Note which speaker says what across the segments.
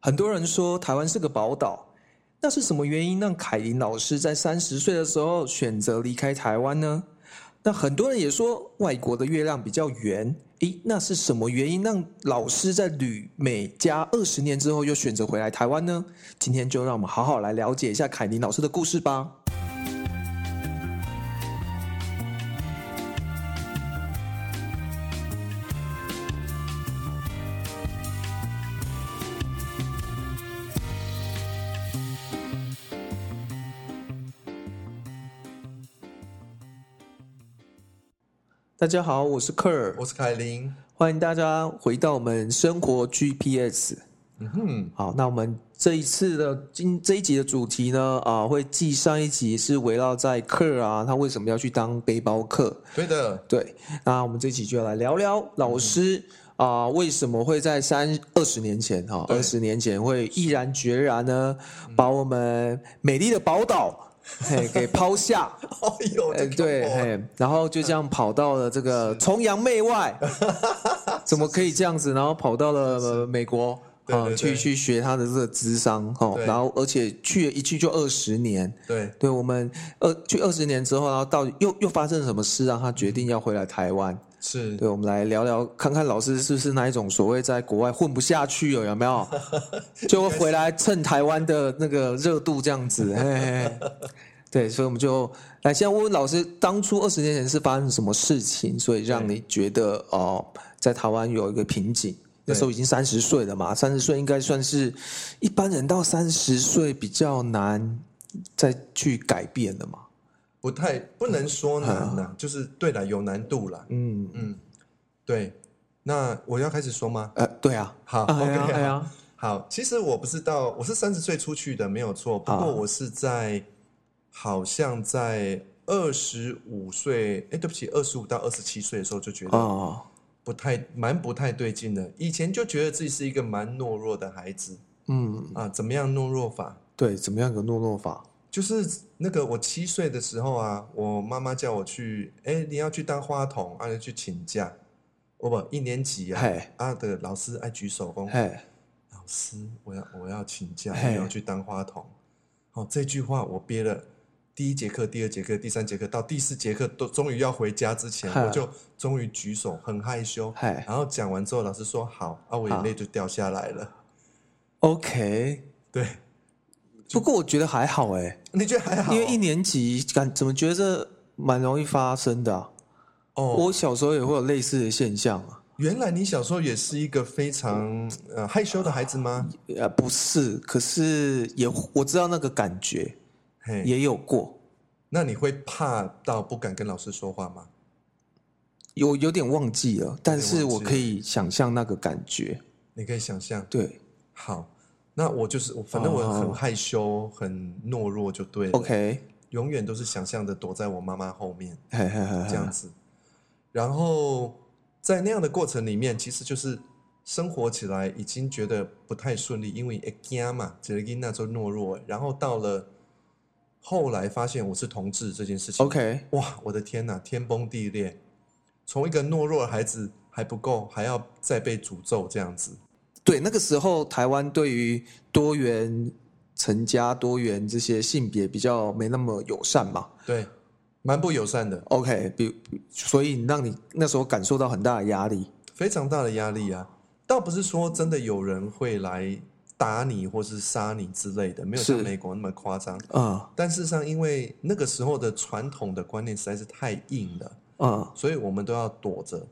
Speaker 1: 很多人说台湾是个宝岛，那是什么原因让凯琳老师在三十岁的时候选择离开台湾呢？那很多人也说外国的月亮比较圆，诶，那是什么原因让老师在旅美加二十年之后又选择回来台湾呢？今天就让我们好好来了解一下凯琳老师的故事吧。大家好，我是克尔，
Speaker 2: 我是凯琳。
Speaker 1: 欢迎大家回到我们生活 GPS。
Speaker 2: 嗯哼，
Speaker 1: 好，那我们这一次的今这一集的主题呢，啊，会继上一集是围绕在克啊，他为什么要去当背包客？
Speaker 2: 对的，
Speaker 1: 对，那我们这一集就来聊聊老师啊、为什么会在三二十年前哈，
Speaker 2: 对
Speaker 1: 二十年前会毅然决然呢，把我们美丽的宝岛嘿给抛下，
Speaker 2: 哦呦，
Speaker 1: 哎，
Speaker 2: 这个
Speaker 1: 对，
Speaker 2: 我
Speaker 1: 嘿，然后就这样跑到了这个崇洋媚外，怎么可以这样子？然后跑到了呃美国
Speaker 2: 对
Speaker 1: 啊，
Speaker 2: 对
Speaker 1: 去
Speaker 2: 对
Speaker 1: 去学他的这个智商哦，
Speaker 2: 对
Speaker 1: 然后而且去了一去就二十年，
Speaker 2: 对，
Speaker 1: 对我们二去二十年之后，然后到底又又发生了什么事，让他决定要回来台湾？
Speaker 2: 是，
Speaker 1: 对，我们来聊聊，看看老师是不是那一种所谓在国外混不下去了，有没 有？就会回来蹭台湾的那个热度这样子。嘿嘿嘿对，所以我们就来先问问老师，当初二十年前是发生什么事情，所以让你觉得哦、在台湾有一个瓶颈？那时候已经三十岁了嘛，三十岁应该算是一般人到三十岁比较难再去改变的嘛。
Speaker 2: 不太不能说难啦，就是对啦，有难度啦。
Speaker 1: 嗯，
Speaker 2: 嗯，对，那我要开始说吗？
Speaker 1: 呃，对啊，
Speaker 2: 好
Speaker 1: 哎呀
Speaker 2: ，OK，
Speaker 1: 哎
Speaker 2: 好
Speaker 1: 呀，
Speaker 2: 好。其实我不是到，我是三十岁出去的，没有错。不
Speaker 1: 啊
Speaker 2: 过我是在，好像在二十五岁，哎，对不起，二十五到二十七岁的时候就觉得
Speaker 1: 哦，
Speaker 2: 不太，蛮不太对劲的。以前就觉得自己是一个蛮懦弱的孩子
Speaker 1: 嗯，
Speaker 2: 啊，怎么样懦弱法？
Speaker 1: 对，怎么样个懦弱法？
Speaker 2: 就是那个我七岁的时候啊，我妈妈叫我去，哎，你要去当花童，啊，要去请假。我不一年级啊，
Speaker 1: 嘿，
Speaker 2: 啊的老师爱举手工，
Speaker 1: 嘿，
Speaker 2: 老师，我要我要请假，
Speaker 1: 嘿
Speaker 2: 我要去当花童。好、这句话我憋了第一节课、第二节课、第三节课到第四节课都终于要回家之前，
Speaker 1: 哈
Speaker 2: 我就终于举手，很害羞。
Speaker 1: 嘿
Speaker 2: 然后讲完之后，老师说好，啊，我眼泪就掉下来了。
Speaker 1: ，OK。
Speaker 2: 对，
Speaker 1: 不过我觉得还好哎，
Speaker 2: 你觉得还好？
Speaker 1: 因为一年级感怎么觉得这蛮容易发生的啊、
Speaker 2: 哦，
Speaker 1: 我小时候也会有类似的现象啊。
Speaker 2: 原来你小时候也是一个非常呃害羞的孩子吗？
Speaker 1: 呃，不是，可是也我知道那个感觉，
Speaker 2: 嘿，
Speaker 1: 呃也有过，
Speaker 2: 那你会怕到不敢跟老师说话吗？
Speaker 1: 有有点忘记了，但是
Speaker 2: 忘记
Speaker 1: 我可以想象那个感觉。
Speaker 2: 你可以想象。
Speaker 1: 对
Speaker 2: 好，那我就是，我反正我很害羞，很懦弱，就对了。
Speaker 1: ，OK，
Speaker 2: 永远都是想象的躲在我妈妈后面
Speaker 1: 嘿嘿嘿嘿，
Speaker 2: 这样子。然后在那样的过程里面，其实就是生活起来已经觉得不太顺利，因为会惊嘛，杰个那时候懦弱。然后到了后来发现我是同志这件事情
Speaker 1: OK，
Speaker 2: 哇，我的天哪，天崩地裂！从一个懦弱的孩子还不够，还要再被诅咒这样子。
Speaker 1: 对，那个时候台湾对于多元成家、多元这些性别比较没那么友善嘛。
Speaker 2: 对，蛮不友善的，
Speaker 1: OK，比所以让你那时候感受到很大的压力。
Speaker 2: 非常大的压力啊。倒不是说真的有人会来打你或是杀你之类的，没有像
Speaker 1: 是
Speaker 2: 美国那么夸张。
Speaker 1: 嗯
Speaker 2: 但事实上，因为那个时候的传统的观念实在是太硬了，
Speaker 1: 嗯，
Speaker 2: 所以我们都要躲着，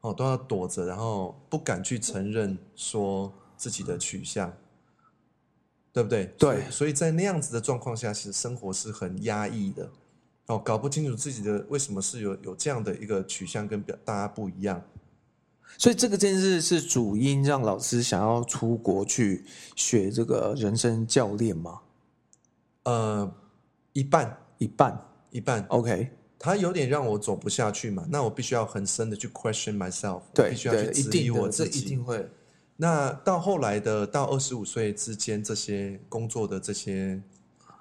Speaker 2: 哦，都要躲着，然后不敢去承认说自己的取向，对不对？
Speaker 1: 对
Speaker 2: 所以，所以在那样子的状况下，其实生活是很压抑的，哦，搞不清楚自己的为什么是有有这样的一个取向跟表大家不一样。
Speaker 1: 所以这个件事是主因让老师想要出国去学这个人生教练嘛？
Speaker 2: 呃，一半
Speaker 1: 一半
Speaker 2: 一半，
Speaker 1: OK，
Speaker 2: 他有点让我走不下去嘛，那我必须要很深的去 question myself，我
Speaker 1: 对
Speaker 2: 必须要去
Speaker 1: 对，一
Speaker 2: 质疑
Speaker 1: 定
Speaker 2: 我
Speaker 1: 的，这
Speaker 2: 自
Speaker 1: 一
Speaker 2: 己。
Speaker 1: 定会
Speaker 2: 那到后来的到二十五岁之间，这些工作的这些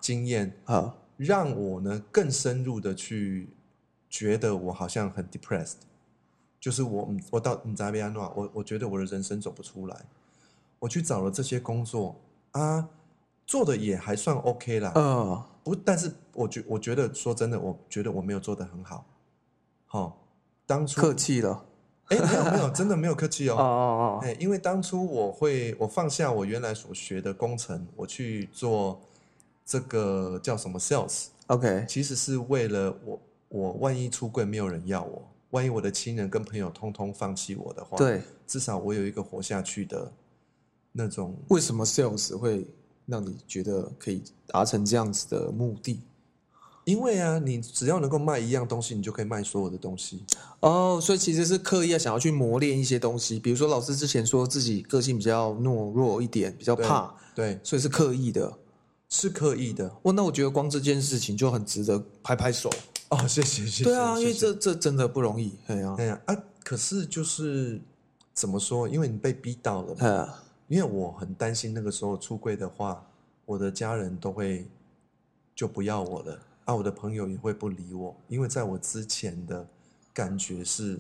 Speaker 2: 经验，
Speaker 1: 啊
Speaker 2: 让我呢更深入的去觉得我好像很啊 depressed，就是我我到你在边安诺，我我觉得我的人生走不出来，我去找了这些工作啊，做的也还算 OK 啦。
Speaker 1: 嗯，
Speaker 2: 不，但是我觉我觉得说真的，我觉得我没有做的很好。好、当初
Speaker 1: 客气了。
Speaker 2: 哎，没有没有，真的没有客气
Speaker 1: 哦
Speaker 2: 哦。
Speaker 1: 哦哦，
Speaker 2: 哎，因为当初我会，我放下我原来所学的工程，我去做这个叫什么 sales，
Speaker 1: ，OK，
Speaker 2: 其实是为了我，我万一出柜没有人要我，万一我的亲人跟朋友通通放弃我的话，，
Speaker 1: 对，
Speaker 2: 至少我有一个活下去的那种。
Speaker 1: 为什么 sales 会让你觉得可以达成这样子的目的？
Speaker 2: 因为啊，你只要能够卖一样东西，你就可以卖所有的东西。
Speaker 1: 哦，所以其实是刻意要想要去磨练一些东西，比如说老师之前说自己个性比较懦弱一点，比较
Speaker 2: 对
Speaker 1: 怕，
Speaker 2: 对，
Speaker 1: 所以是刻意的。
Speaker 2: 是刻意的。
Speaker 1: 哦，那我觉得光这件事情就很值得拍拍手。
Speaker 2: 哦，谢谢谢谢。
Speaker 1: 对啊，因为
Speaker 2: 谢谢
Speaker 1: 这这真的不容易。哎呀、
Speaker 2: 哎呀啊，可是就是怎么说？因为你被逼到了嘛。
Speaker 1: 哎呀，
Speaker 2: 因为我很担心那个时候出柜的话，我的家人都会就不要我了，啊，我的朋友也会不理我，因为在我之前的感觉是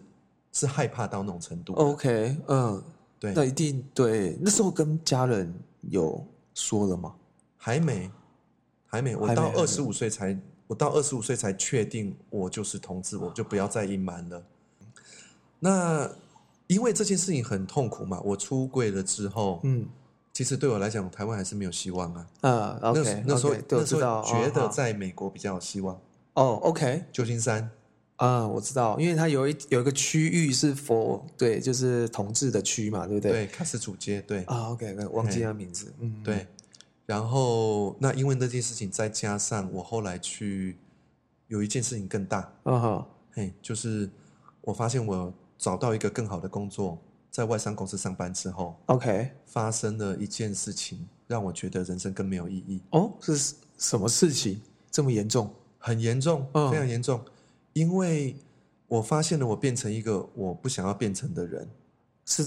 Speaker 2: 是害怕到那种程度的。
Speaker 1: OK，嗯，
Speaker 2: 对，
Speaker 1: 那一定对。那时候跟家人有说了吗？
Speaker 2: 还没，还没，我
Speaker 1: 还没
Speaker 2: 到
Speaker 1: 还没
Speaker 2: 二十五岁才，我到二十五岁才确定我就是同志，我就不要再隐瞒了。那因为这件事情很痛苦嘛，我出柜了之后，
Speaker 1: 嗯，
Speaker 2: 其实对我来讲，台湾还是没有希望啊。
Speaker 1: 啊
Speaker 2: 那
Speaker 1: o
Speaker 2: 时
Speaker 1: k
Speaker 2: 那时候
Speaker 1: 对，我
Speaker 2: 那时
Speaker 1: 知道，
Speaker 2: 候觉得
Speaker 1: 哦
Speaker 2: 在美国比较有希望。
Speaker 1: 好哦，OK，
Speaker 2: 旧金山，
Speaker 1: 啊、我知道，因为它有一有一个区域是 for 对，就是同志的区嘛，对不对？
Speaker 2: 对，喀什主街，对
Speaker 1: 啊，OK，忘记他名字，嗯，
Speaker 2: 对。然后那因为那件事情，再加上我后来去有一件事情更大，
Speaker 1: 嗯哼，
Speaker 2: 嘿，就是我发现我找到一个更好的工作，在外商公司上班之后，
Speaker 1: ，OK，
Speaker 2: 发生了一件事情，让我觉得人生更没有意义，
Speaker 1: 哦，是什么事情这么严重？
Speaker 2: 很严重，
Speaker 1: 嗯
Speaker 2: 非常严重，因为我发现了我变成一个我不想要变成的人，
Speaker 1: 是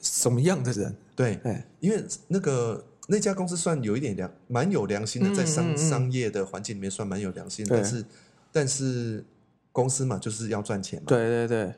Speaker 1: 什么样的人？
Speaker 2: 对，
Speaker 1: 哎，
Speaker 2: 因为那个那家公司算有一点良，蛮有良心
Speaker 1: 嗯
Speaker 2: 的，在商、
Speaker 1: 嗯嗯
Speaker 2: 商业的环境里面算蛮有良心的，
Speaker 1: 对
Speaker 2: 但是但是公司嘛就是要赚钱嘛，
Speaker 1: 对对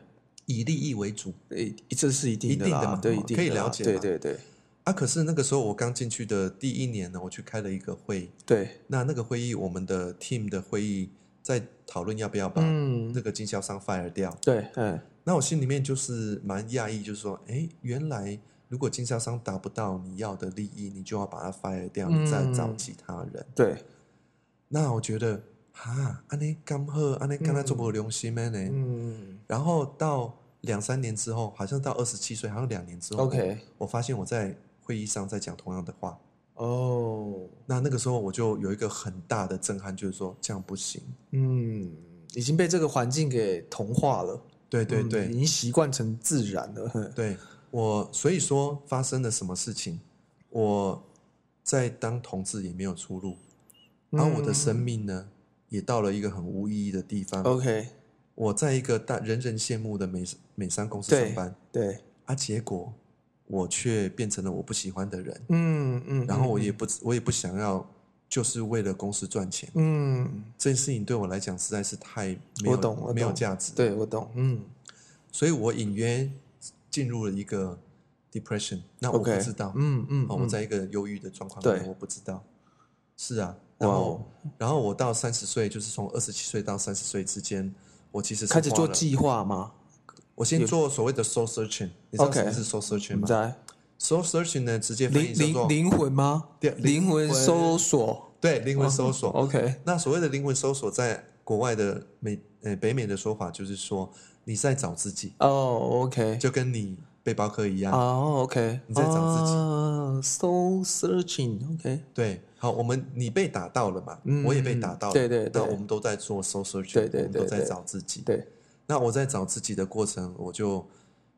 Speaker 2: 以利益为主
Speaker 1: 对，诶这是一定的
Speaker 2: 一定的
Speaker 1: 啦
Speaker 2: 嘛
Speaker 1: 对，一
Speaker 2: 哦
Speaker 1: 定
Speaker 2: 可以
Speaker 1: 的啦
Speaker 2: 了解
Speaker 1: 对
Speaker 2: 嘛
Speaker 1: 对对
Speaker 2: 啊。可是那个时候我刚进去的第一年呢，我去开了一个会，
Speaker 1: 对，
Speaker 2: 那那个会议我们的 team 的会议在讨论要不要把
Speaker 1: 嗯
Speaker 2: 那，个经销商 fire 掉，
Speaker 1: 对，嗯，
Speaker 2: 那我心里面就是蛮讶异，就是说，哎，原来如果经销商达不到你要的利益，你就要把它 fire 掉，你再找
Speaker 1: 嗯
Speaker 2: 其他人。
Speaker 1: 对，
Speaker 2: 那我觉得哈，安尼刚好，安尼刚才做不良心的呢。
Speaker 1: 嗯
Speaker 2: 然后到两三年之后，好像到二十七岁，好像两年之后
Speaker 1: ，OK，
Speaker 2: 我发现我在会议上在讲同样的话。
Speaker 1: 哦，
Speaker 2: 那那个时候我就有一个很大的震撼，就是说这样不行。
Speaker 1: 嗯，已经被这个环境给同化了，
Speaker 2: 对对
Speaker 1: 嗯
Speaker 2: 对、
Speaker 1: 已经习惯成自然了，哼
Speaker 2: 对，我所以说发生了什么事情，我在当同志也没有出路，
Speaker 1: 嗯
Speaker 2: 而、我的生命呢，也到了一个很无意义的地方。
Speaker 1: 嗯，OK，
Speaker 2: 我在一个大人人羡慕的美美商公司
Speaker 1: 对
Speaker 2: 上班，
Speaker 1: 对，
Speaker 2: 啊，结果我却变成了我不喜欢的人，
Speaker 1: 嗯嗯，
Speaker 2: 然后我
Speaker 1: 嗯
Speaker 2: 也不我也不想要，就是为了公司赚钱，
Speaker 1: 嗯，
Speaker 2: 这件事情对我来讲实在是太没
Speaker 1: 我
Speaker 2: 有
Speaker 1: 懂我
Speaker 2: 没有
Speaker 1: 懂
Speaker 2: 价值，，
Speaker 1: 对我懂，嗯
Speaker 2: 所以我隐约进入了一个 depression，那我不
Speaker 1: ，OK，
Speaker 2: 知道，
Speaker 1: 嗯嗯，
Speaker 2: 哦，我
Speaker 1: 嗯
Speaker 2: 在一个忧郁的状况
Speaker 1: 对
Speaker 2: 里面，我不知道，是啊，
Speaker 1: 哇
Speaker 2: 然
Speaker 1: 哦
Speaker 2: 后然后我到三十岁，就是从二十七岁到三十岁之间，我其实是
Speaker 1: 开始
Speaker 2: 花
Speaker 1: 做
Speaker 2: 了，
Speaker 1: 计划嘛，
Speaker 2: 我先做所谓的 soul searching，你知道
Speaker 1: OK
Speaker 2: 什么是 soul searching
Speaker 1: 你
Speaker 2: 吗？
Speaker 1: 在
Speaker 2: soul searching 呢，直接翻译
Speaker 1: 灵
Speaker 2: 叫做
Speaker 1: 灵灵魂吗？
Speaker 2: 对
Speaker 1: 灵
Speaker 2: 灵
Speaker 1: 魂
Speaker 2: 魂
Speaker 1: 搜索
Speaker 2: 对灵魂搜索。
Speaker 1: ，OK，
Speaker 2: 那所谓的灵魂搜索，在国外的美呃北美的说法就是说，你在找自己，
Speaker 1: 哦，OK，
Speaker 2: 就跟你背包客一样。
Speaker 1: 哦，OK，
Speaker 2: 你在找自己
Speaker 1: 啊，soul searching，OK，
Speaker 2: 对，好，我们你被打到了嘛，
Speaker 1: 嗯
Speaker 2: 我也被打到了，
Speaker 1: 对对对
Speaker 2: 那我们都在做 soul searching，
Speaker 1: 对对
Speaker 2: 我们都
Speaker 1: 对
Speaker 2: 在
Speaker 1: 对
Speaker 2: 找自己。
Speaker 1: 对，
Speaker 2: 那我在找自己的过程，我就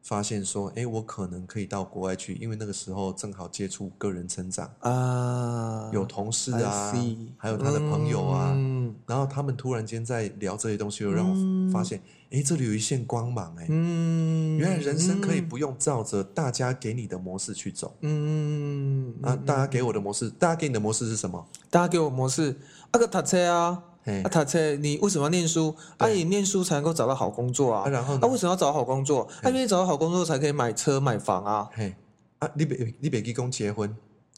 Speaker 2: 发现说，哎，我可能可以到国外去，因为那个时候正好接触个人成长，
Speaker 1: 啊，
Speaker 2: 有同事
Speaker 1: I
Speaker 2: 啊
Speaker 1: see，，
Speaker 2: 还有他的朋友啊，
Speaker 1: 嗯
Speaker 2: 然后他们突然间在聊这些东西，又让我发现，哎、这里有一线光芒、诶哎、
Speaker 1: 嗯，
Speaker 2: 原来人生可以不用照着大家给你的模式去走。
Speaker 1: 嗯，嗯
Speaker 2: 啊，大家给我的模式，大家给你的模式是什么？
Speaker 1: 大家给我模式，啊个读册啊，
Speaker 2: 嘿
Speaker 1: 啊读册，你为什么要念书？啊，
Speaker 2: 对
Speaker 1: 你念书才能够找到好工作啊。
Speaker 2: 啊然后呢
Speaker 1: 啊，为什么要找好工作？啊，因为找到好工作才可以买车买房啊。
Speaker 2: 嘿，啊，你别你别去讲结婚，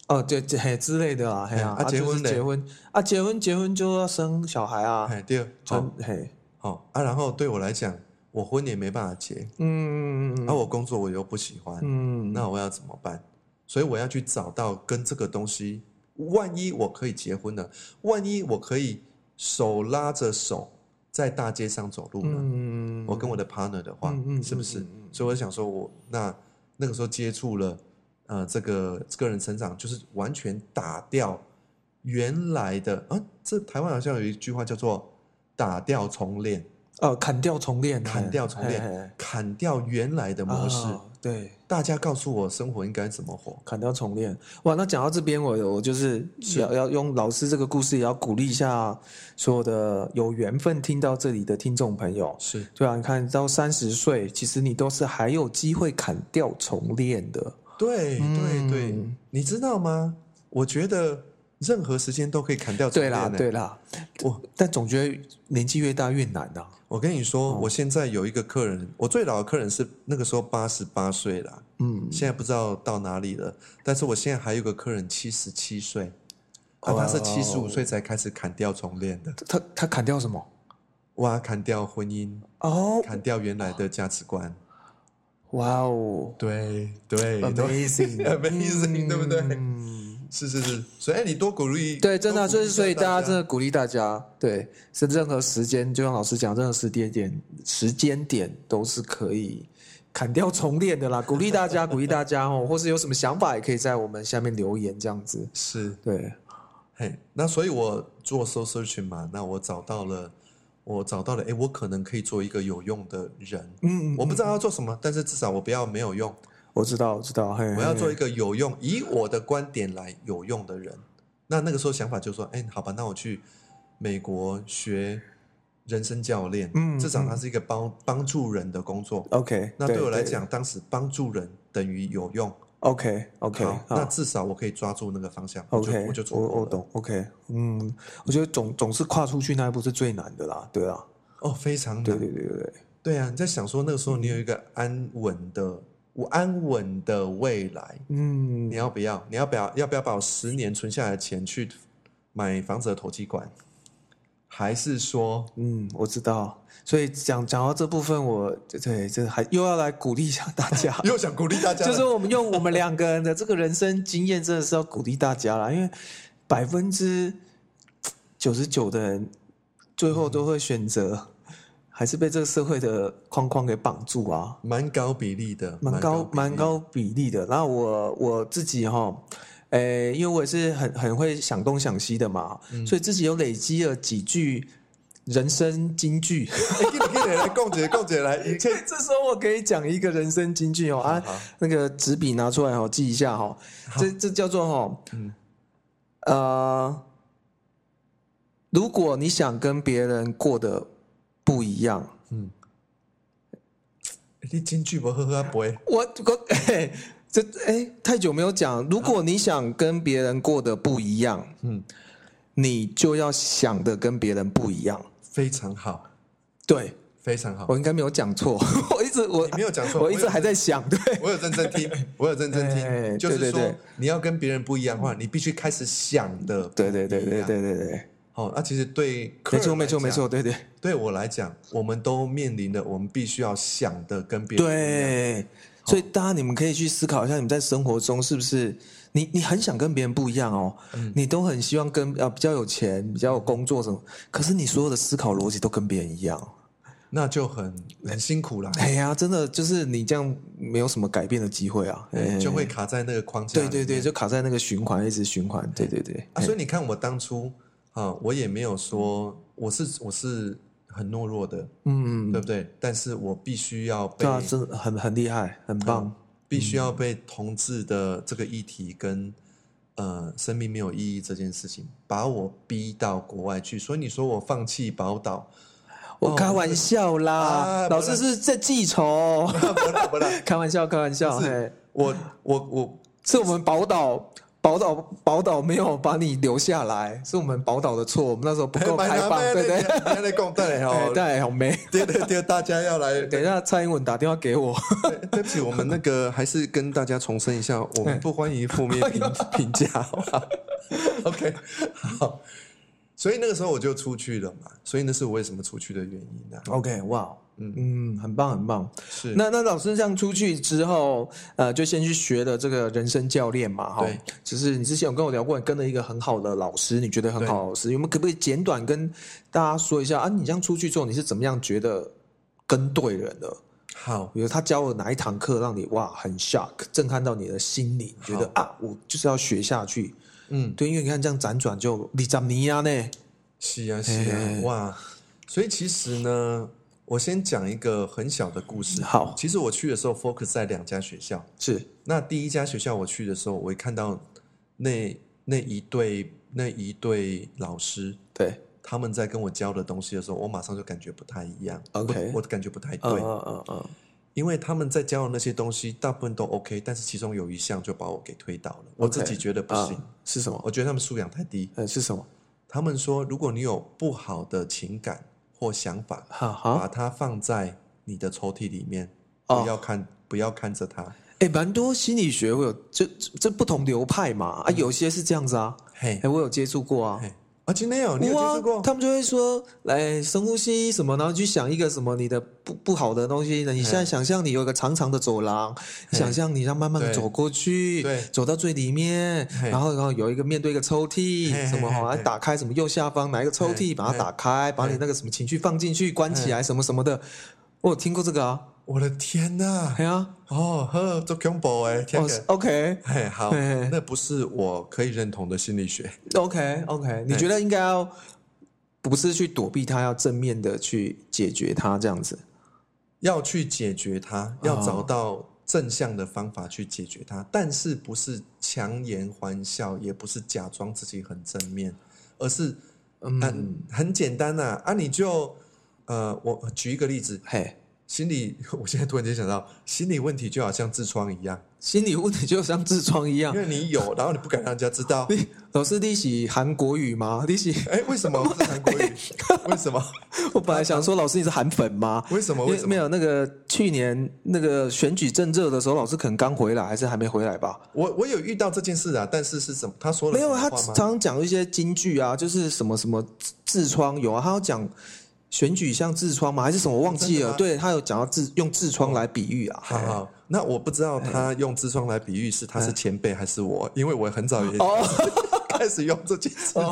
Speaker 1: 哦，对，这嘿之类的啊，嘿啊，
Speaker 2: 嘿啊结
Speaker 1: 就是
Speaker 2: 婚嘞
Speaker 1: 结婚啊，结婚结婚就要生小孩啊，
Speaker 2: 哎对，
Speaker 1: 传
Speaker 2: 好，
Speaker 1: 嘿，
Speaker 2: 好啊。然后对我来讲，我婚也没办法结，
Speaker 1: 嗯嗯
Speaker 2: 啊，我工作我又不喜欢，
Speaker 1: 嗯，
Speaker 2: 那我要怎么办？所以我要去找到跟这个东西，万一我可以结婚了，万一我可以手拉着手在大街上走路呢？
Speaker 1: 嗯，
Speaker 2: 我跟我的 partner 的话，
Speaker 1: 嗯嗯
Speaker 2: 是不
Speaker 1: 嗯
Speaker 2: 是？
Speaker 1: 嗯嗯
Speaker 2: 所以我想说我，那那个时候接触了，呃，这个个人成长，就是完全打掉原来的啊，这台湾好像有一句话叫做“打掉重练
Speaker 1: 哦，砍掉重练，
Speaker 2: 砍
Speaker 1: 嘿
Speaker 2: 掉重练，
Speaker 1: 嘿嘿”，
Speaker 2: 砍掉原来的模式。
Speaker 1: 哦对，
Speaker 2: 大家告诉我生活应该怎么活，
Speaker 1: 砍掉重练。哇，那讲到这边，我我就是
Speaker 2: 是
Speaker 1: 要要用老师这个故事，也要鼓励一下所有的有缘分听到这里的听众朋友。
Speaker 2: 是
Speaker 1: 对啊，你看到三十岁，其实你都是还有机会砍掉重练的。
Speaker 2: 对对对、
Speaker 1: 嗯
Speaker 2: 你知道吗？我觉得任何时间都可以砍掉重
Speaker 1: 对
Speaker 2: 练、
Speaker 1: 啦，
Speaker 2: 欸。
Speaker 1: 对啦，
Speaker 2: 我
Speaker 1: 但总觉得年纪越大越难啊。
Speaker 2: 我跟你说、我现在有一个客人，我最老的客人是那个时候八十八岁啦，
Speaker 1: 嗯，
Speaker 2: 现在不知道到哪里了。但是我现在还有个客人七十七岁，啊，
Speaker 1: 哇
Speaker 2: 他是七十五岁才开始砍掉重练的，
Speaker 1: 他他砍掉什么？
Speaker 2: 哇，砍掉婚姻，
Speaker 1: 哦，
Speaker 2: 砍掉原来的价值观，
Speaker 1: 哇哦
Speaker 2: 对对对，
Speaker 1: ，amazing，amazing，
Speaker 2: Amazing，对不对
Speaker 1: 嗯。
Speaker 2: 是是是，所以哎你多鼓励，
Speaker 1: 对，真的啊、
Speaker 2: 多
Speaker 1: 所
Speaker 2: 鼓励
Speaker 1: 以所以
Speaker 2: 一下
Speaker 1: 大家真的鼓励大家，对，是任何时间，就像老师讲，任何时间点、时间点都是可以砍掉重练的啦。鼓励大家，鼓励大家哦，或是有什么想法，也可以在我们下面留言这样子。
Speaker 2: 是
Speaker 1: 对，
Speaker 2: 嘿，那所以我做 soul searching 嘛，那我找到了，我找到了，哎，我可能可以做一个有用的人，
Speaker 1: 嗯，
Speaker 2: 我不知道要做什么，但是至少我不要没有用，
Speaker 1: 我知道，我知道，嘿，
Speaker 2: 我要做一
Speaker 1: 个，
Speaker 2: 个有用，以我的观点来有用的人。那那个时候想法就说，哎，好吧，那我去美国学人生教练，
Speaker 1: 嗯
Speaker 2: 至少它
Speaker 1: 嗯哦
Speaker 2: 是一个帮帮助人的工作。
Speaker 1: OK，
Speaker 2: 那对我来讲，当时帮助人等于有用，
Speaker 1: ，OK OK，啊
Speaker 2: 好，那至少我可以抓住那个方向，我就
Speaker 1: OK，
Speaker 2: 我就做
Speaker 1: 我
Speaker 2: 过
Speaker 1: 我
Speaker 2: 了
Speaker 1: 懂，OK，嗯，我觉得总总是跨出去那一步是最难的啦，对啊，
Speaker 2: 哦，非常
Speaker 1: 对
Speaker 2: 难，
Speaker 1: 对对对对，
Speaker 2: 对啊，你在想说那个时候你有一个安稳的、我安稳的未来，
Speaker 1: 嗯
Speaker 2: 你，要不要？你要不要？要不要把我十年存下来的钱去买房子的投机管？还是说，
Speaker 1: 嗯，我知道。所以讲讲到这部分我，对这还又要来鼓励一下大 家
Speaker 2: ，又想鼓励大家了？
Speaker 1: 就是 我们用我们两个人的这个人生经验，真的是要鼓励大家啦，因为百分之九十九的人最后都会选择，还是被这个社会的框框给绑住啊。
Speaker 2: 蛮高比例的，
Speaker 1: 蛮高
Speaker 2: 比例
Speaker 1: 蛮。高比例的。然后我我自己哈，诶、因为我也是很很会想东想西的嘛，所以自己有累积了几句人生金句。
Speaker 2: 哎，给你给你来，共姐共姐来，一切
Speaker 1: 这时候我可以讲一个人生金句哦啊
Speaker 2: 好好，
Speaker 1: 那个纸笔拿出来哦，记一下哈、哦。这这叫做哈、哦，
Speaker 2: 嗯
Speaker 1: 呃，如果你想跟别人过得不一样，
Speaker 2: 嗯哎你京剧不喝喝不会
Speaker 1: 我我嘿，这哎、太久没有讲。如果你想跟别人过得不一样，
Speaker 2: 嗯
Speaker 1: 嗯，你就要想的跟别人不一样。
Speaker 2: 非常好，
Speaker 1: 对
Speaker 2: 非常好。
Speaker 1: 我应该没有讲错， 我一直我
Speaker 2: 你没有讲错，
Speaker 1: 我一直还在想，对
Speaker 2: 我有认真听，我有认真听，
Speaker 1: 哎
Speaker 2: 就
Speaker 1: 对
Speaker 2: 是
Speaker 1: 对
Speaker 2: 说
Speaker 1: 对
Speaker 2: 你要跟别人不一样的话，你必须开始想的。
Speaker 1: 对对对对对对对，
Speaker 2: 好，哦那其实对
Speaker 1: 没
Speaker 2: 客人
Speaker 1: 错没错
Speaker 2: 来讲
Speaker 1: 没，错，对对
Speaker 2: 对我来讲，我们都面临的，我们必须要想的跟别人不一样
Speaker 1: 对。所以大家你们可以去思考一下，你们在生活中是不是你你很想跟别人不一样哦，
Speaker 2: 嗯
Speaker 1: 你都很希望跟啊比较有钱、比较有工作什么，可是你所有的思考逻辑都跟别人一样。
Speaker 2: 那就很很辛苦啦，
Speaker 1: 哎呀，真的就是你这样没有什么改变的机会啊，哎
Speaker 2: 嗯就会卡在那个框架。
Speaker 1: 对对对，。就哎卡在那个循环，一直循环，对对嗯对，
Speaker 2: 啊，所以你看，我当初啊，我也没有说我是我是很懦弱的，
Speaker 1: 嗯，
Speaker 2: 对不对？但是我必须要被
Speaker 1: 对啊，真的很很厉害，很棒，
Speaker 2: 必须要被同志的这个议题跟呃生命没有意义这件事情，把我逼到国外去。所以你说我放弃 宝岛，
Speaker 1: 我开玩笑
Speaker 2: 啊
Speaker 1: 啦，老师是在记 仇，
Speaker 2: 不啦不啦，
Speaker 1: 开玩笑，开玩笑，
Speaker 2: 是
Speaker 1: 嘿
Speaker 2: 我我我
Speaker 1: 是我们宝岛宝岛宝岛没有把你留下来，是我们宝岛的错，我们那时候不 够开放，对不对？
Speaker 2: 你在讲对
Speaker 1: 哎
Speaker 2: 哦，
Speaker 1: 对，好没。
Speaker 2: 对对对，大家要来。
Speaker 1: 等一下，蔡英文打电话给我，
Speaker 2: 对对不起，我们那个还是跟大家重申一下，我们不欢迎负 面
Speaker 1: 哎
Speaker 2: 评评价，好 吧？OK，好。所以那个时候我就出去了嘛，所以那是我为什么出去的原因啊呢、
Speaker 1: OK，哇，
Speaker 2: 嗯
Speaker 1: 嗯，很棒，很棒。
Speaker 2: 是
Speaker 1: 那那老师这样出去之后，呃，就先去学了这个人生教练嘛，哈
Speaker 2: 对。
Speaker 1: 只是你之前有跟我聊过，你跟了一个很好的老师，你觉得很
Speaker 2: 对
Speaker 1: 好的老师，我们可不可以简短跟大家说一下啊？你这样出去之后，你是怎么样觉得跟对人的？
Speaker 2: 好，
Speaker 1: 比如他教了哪一堂课让你哇很 shock，震撼到你的心里，你觉得
Speaker 2: 好
Speaker 1: 啊，我就是要学下去。
Speaker 2: 嗯，
Speaker 1: 对，因为你看这样辗转就你怎尼亚啊呢？
Speaker 2: 是啊，是
Speaker 1: 嘿嘿
Speaker 2: 啊
Speaker 1: 嘿，
Speaker 2: 哇！所以其实呢，我先讲一个很小的故事。
Speaker 1: 好
Speaker 2: 其实我去的时候 focus 在两家学校，
Speaker 1: 是
Speaker 2: 那第一家学校我去的时候，我会看到那那一对那一对老师，
Speaker 1: 对
Speaker 2: 他们在跟我教的东西的时候，我马上就感觉不太一样。
Speaker 1: OK
Speaker 2: 我我感觉不太对，
Speaker 1: 嗯嗯嗯嗯，
Speaker 2: 因为他们在教的那些东西大部分都 OK，但是其中有一项就把我给推倒了，我自己觉得不行。
Speaker 1: 啊是什么？
Speaker 2: 我觉得他们素养太低。
Speaker 1: 呃，是什么？
Speaker 2: 他们说，如果你有不好的情感或想法，
Speaker 1: 哈哈
Speaker 2: 把。它放在你的抽屉里面，
Speaker 1: 哦
Speaker 2: 不要看，不要看着它。
Speaker 1: 哎，蛮多心理学会有这这这不同流派嘛啊，有些是这样子啊，
Speaker 2: 嘿
Speaker 1: 哎，，我有接触过啊，
Speaker 2: 嘿，啊，今天有你有接触过？
Speaker 1: 他们就会说，来深呼吸什么，然后去想一个什么你的不不好的东西呢？你现在想象你有一个长长的走廊，你想象你要慢慢的
Speaker 2: 对
Speaker 1: 走过去，
Speaker 2: 对
Speaker 1: 走到最里面，
Speaker 2: 嘿
Speaker 1: 然后然后有一个面对一个抽屉
Speaker 2: 嘿嘿
Speaker 1: 什么
Speaker 2: 嘿
Speaker 1: 哈，
Speaker 2: 嘿
Speaker 1: 来打开什么右下方哪一个抽屉，
Speaker 2: 嘿
Speaker 1: 把它
Speaker 2: 嘿
Speaker 1: 打开，把你那个什么情绪放进去，关起来什么什么的，我有听过这个啊，
Speaker 2: 我的天呐！
Speaker 1: 哎呀，
Speaker 2: 哦呵，做 combo 哎，天
Speaker 1: 哦
Speaker 2: 哪！
Speaker 1: ，OK
Speaker 2: 嘿，好，
Speaker 1: 嘿嘿
Speaker 2: 那不是我可以认同的心理学。
Speaker 1: OK OK，你觉得应该要不是去躲避它，要正面的去解决它这样子。
Speaker 2: 要去解决它，要找
Speaker 1: 哦
Speaker 2: 到正向的方法去解决它，但是不是强颜欢笑，也不是假装自己很正面，而是
Speaker 1: 嗯
Speaker 2: 很啊很简单呐、啊，你就呃，我举一个例子，
Speaker 1: 嘿，
Speaker 2: 心理， 我现在突然间想到，心理问题就好像痔疮一样，
Speaker 1: 心理问题就像痔疮一样
Speaker 2: 因。为 你有，然后你不敢让人家知道，
Speaker 1: 你老师你是韩国语吗？ 你是
Speaker 2: 哎，为什么不是韩国 语？为什么？
Speaker 1: 我本来想说老师你是韩粉吗？
Speaker 2: 为什么？
Speaker 1: 因
Speaker 2: 为
Speaker 1: 为
Speaker 2: 什
Speaker 1: 没
Speaker 2: 么？
Speaker 1: 有那个去年那个选举正热的时候，老师可能刚回来，还是还没回来吧？
Speaker 2: 我我有遇到这件事啊，但是是什么？他说了
Speaker 1: 没有，啊
Speaker 2: 什么
Speaker 1: 他
Speaker 2: 话吗
Speaker 1: 常常讲一些金句啊，就是什么什么痔疮有啊，他要讲选举像痔疮吗？还是什么我忘记
Speaker 2: 真的
Speaker 1: 了？
Speaker 2: 吗
Speaker 1: 对他有讲到痔用痔疮来比喻啊。
Speaker 2: 好好，那我不知道他
Speaker 1: 哎
Speaker 2: 用痔疮来比喻是他是前辈还是我，因为我很早也
Speaker 1: 哦
Speaker 2: 开始用这件事情。
Speaker 1: 哦，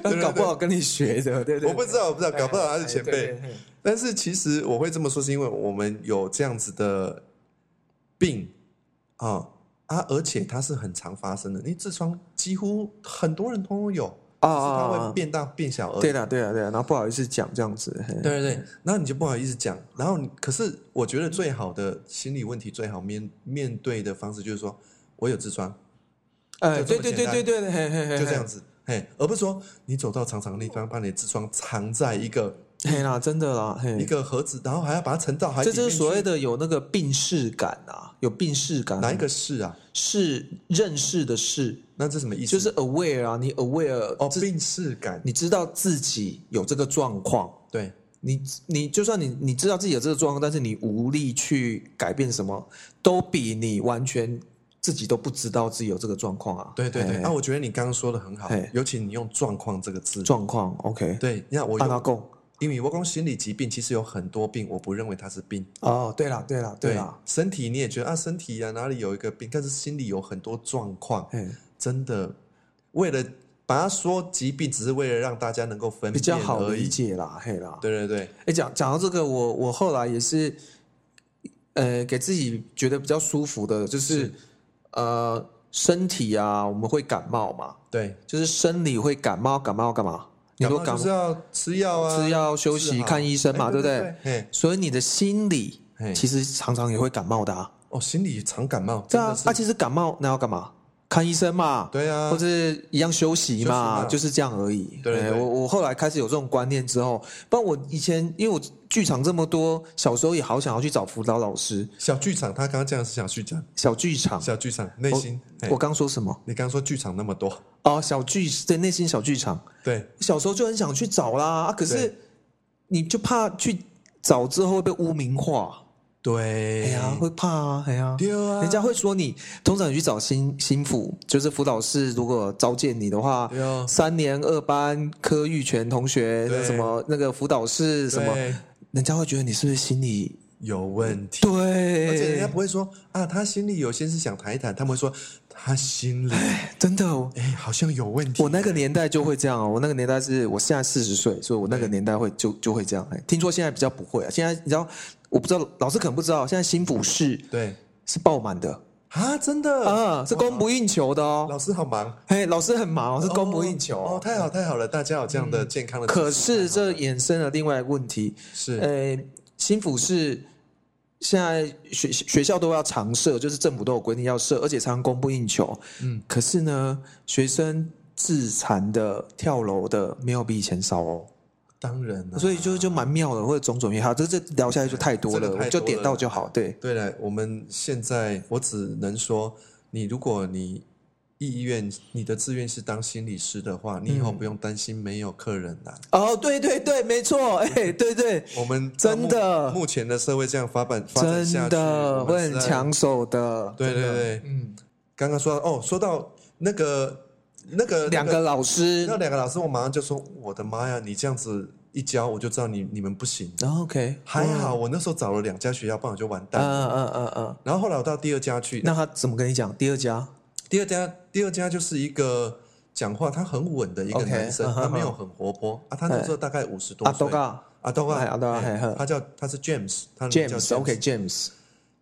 Speaker 2: 对
Speaker 1: 那搞不好跟你学的，对对对。
Speaker 2: 我不知道，我不知道，搞不好他是前
Speaker 1: 哎对
Speaker 2: 辈
Speaker 1: 对。对
Speaker 2: 但是其实我会这么说，是因为我们有这样子的病啊啊，而且它是很常发生的。因为痔疮几乎很多人都有，
Speaker 1: 啊
Speaker 2: 只是它
Speaker 1: 啊啊
Speaker 2: 会变大变小而已
Speaker 1: 对。啦，对啦，对啦，然后不好意思讲这样子，嘿
Speaker 2: 对对对，然后你就不好意思讲，然后你可是我觉得最好的心理问题最好面面对的方式就是说我有痔疮，
Speaker 1: 哎，对
Speaker 2: 就这么
Speaker 1: 对对对
Speaker 2: 简单
Speaker 1: 对，嘿嘿嘿，
Speaker 2: 就这样
Speaker 1: 子，
Speaker 2: 子，嘿，而不是说你走到长长的地方，把你的痔疮藏在一个
Speaker 1: 嘿啦，真的啦，
Speaker 2: 一
Speaker 1: 嘿，
Speaker 2: 个盒子，然后还要把它沉到海里
Speaker 1: 这就
Speaker 2: 面去。
Speaker 1: 是所谓的有那个病视感啊，有病视感，
Speaker 2: 哪一个是啊？
Speaker 1: 是认识的是，
Speaker 2: 那这什么意思？
Speaker 1: 就是 aware 啊，你 aware
Speaker 2: 哦，
Speaker 1: 自
Speaker 2: 病视感，
Speaker 1: 你知道自己有这个状况，
Speaker 2: 对
Speaker 1: 你你就算你你知道自己有这个状况，但是你无力去改变什么，都比你完全自己都不知道自己有这个状况啊，
Speaker 2: 对对对。
Speaker 1: 嘿
Speaker 2: 啊，我觉得你刚刚说的很好
Speaker 1: 嘿，
Speaker 2: 尤其你用“状况”这个字。
Speaker 1: 状况 OK，
Speaker 2: 对，你看我
Speaker 1: 按他
Speaker 2: 用，
Speaker 1: 供。
Speaker 2: 因为我讲心理疾病，其实有很多病，我不认为它是病。
Speaker 1: 哦，对啦，对啦，对啦，
Speaker 2: 身体你也觉得啊，身体啊哪里有一个病，但是心里有很多状况，
Speaker 1: 嗯，
Speaker 2: 真的为了把它说疾病，只是为了让大家能够分
Speaker 1: 比
Speaker 2: 辨
Speaker 1: 较好
Speaker 2: 而
Speaker 1: 理
Speaker 2: 已。
Speaker 1: 解啦，嘿啦。
Speaker 2: 对对对，
Speaker 1: 哎，讲讲到这个，我我后来也是，呃，给自己觉得比较舒服的，就是
Speaker 2: 是
Speaker 1: 呃，身体啊，我们会感冒嘛，
Speaker 2: 对，
Speaker 1: 就是生理会感冒，感冒干嘛？你
Speaker 2: 感
Speaker 1: 说
Speaker 2: 冒
Speaker 1: 感
Speaker 2: 就是要吃药啊，
Speaker 1: 吃药、休
Speaker 2: 治
Speaker 1: 息、
Speaker 2: 好
Speaker 1: 看医生嘛，
Speaker 2: 哎
Speaker 1: 对不
Speaker 2: 对
Speaker 1: 对？？
Speaker 2: 哎，
Speaker 1: 所以你的心理
Speaker 2: 嘿
Speaker 1: 其实常常也会感冒的啊。
Speaker 2: 哦，心里常感冒，
Speaker 1: 对
Speaker 2: 真
Speaker 1: 啊
Speaker 2: 的，是
Speaker 1: 啊，其实感冒那要干嘛？看医生嘛，
Speaker 2: 对啊
Speaker 1: 或，者是一样休息
Speaker 2: 休息
Speaker 1: 嘛，
Speaker 2: 嘛
Speaker 1: 就是这样而已。
Speaker 2: 对
Speaker 1: 哎
Speaker 2: 对
Speaker 1: 我我后来开始有这种观念之后，不然我以前因为我剧场这么多，小时候也好想要去找辅导老师，
Speaker 2: 小剧场，他刚刚这样是小剧场，
Speaker 1: 小剧场。
Speaker 2: 小哎剧场内心，嘿
Speaker 1: 我刚说什么？
Speaker 2: 你刚刚说剧场那么多，
Speaker 1: 哦，小剧对内心小剧场，
Speaker 2: 对，
Speaker 1: 小时候就很想去找啦，啊、可是
Speaker 2: 对
Speaker 1: 你就怕去找之后会被污名化，哎
Speaker 2: 对，
Speaker 1: 呀，会怕啊，哎呀。
Speaker 2: 对啊，
Speaker 1: 人家会说你，通常你去找心心辅，就是辅导室，如果召见你的话，
Speaker 2: 对啊，
Speaker 1: 三年二班柯玉全同学
Speaker 2: 对
Speaker 1: 那什么那个辅导室什么，
Speaker 2: 对
Speaker 1: 人家会觉得你是不是心理
Speaker 2: 有问题。而且人家
Speaker 1: 对，
Speaker 2: 不会说啊，他心里有些是想谈一谈，他们会说他心里
Speaker 1: 真的哦。
Speaker 2: 哎好像有问题。
Speaker 1: 我那个年代就会这样哦，我那个年代是我现在四十岁，所以我那个年代会就就会这样。哎，听说现在比较不会啊，现在你知道，我不知道老师可能不知道，现在新辅室
Speaker 2: 对
Speaker 1: 是爆满的
Speaker 2: 啊，真的
Speaker 1: 啊，是供不应求的哦。
Speaker 2: 老师好忙，
Speaker 1: 哎，老师很忙哦，是供不应求
Speaker 2: 哦，
Speaker 1: 哦。
Speaker 2: 太好太好了，大家有这样的健康的知识。
Speaker 1: 嗯可是这
Speaker 2: 太好了
Speaker 1: 衍生了另外一个问题，
Speaker 2: 是
Speaker 1: 呃，新辅是现在学学校都要常设，就是政府都有规定要设，而且常常供不应求。
Speaker 2: 嗯，
Speaker 1: 可是呢，学生自残的、跳楼的没有比以前少哦，
Speaker 2: 当然啊了，
Speaker 1: 所以就就蛮妙的，或者种种也好，这这聊下去就太多
Speaker 2: 这个
Speaker 1: 了，
Speaker 2: 太
Speaker 1: 我就
Speaker 2: 多
Speaker 1: 点
Speaker 2: 了
Speaker 1: 到就好。对，
Speaker 2: 对了，我们现在我只能说，你如果你意愿你的志愿是当心理师的话，你以
Speaker 1: 嗯
Speaker 2: 后不用担心没有客人啦。
Speaker 1: 哦，对对对，没错， 哎，对对，
Speaker 2: 我们
Speaker 1: 真的
Speaker 2: 目目前的社会这样发展发展下
Speaker 1: 真
Speaker 2: 去，
Speaker 1: 的
Speaker 2: 我
Speaker 1: 会
Speaker 2: 们实
Speaker 1: 很
Speaker 2: 在
Speaker 1: 抢手的。
Speaker 2: 对
Speaker 1: 真
Speaker 2: 对
Speaker 1: 的，
Speaker 2: 对，
Speaker 1: 嗯，
Speaker 2: 刚刚说到哦，说到那个那个
Speaker 1: 嗯两
Speaker 2: 那
Speaker 1: 个老师
Speaker 2: 那两个老师，我马上就说，我的妈呀，你这样子一教，我就知道你你们不行。
Speaker 1: 哦，OK，
Speaker 2: 还好
Speaker 1: 哦，
Speaker 2: 我那时候找了两家学校，不然我就完蛋。
Speaker 1: 嗯嗯嗯嗯，
Speaker 2: 然后后来我到第二家去，
Speaker 1: 那他怎么跟你讲？第二家？
Speaker 2: 第二家第二家就是一个讲话他很稳的一个
Speaker 1: OK，
Speaker 2: 男生
Speaker 1: 嗯哼
Speaker 2: 他没有很活泼啊，他那时候大概五十多
Speaker 1: 阿多
Speaker 2: 岁。
Speaker 1: 嘎
Speaker 2: 阿东啊，
Speaker 1: 哎阿东啊
Speaker 2: 哎
Speaker 1: 嘿呵
Speaker 2: 他叫他是 James，他的名叫 James
Speaker 1: ，James，OK，James，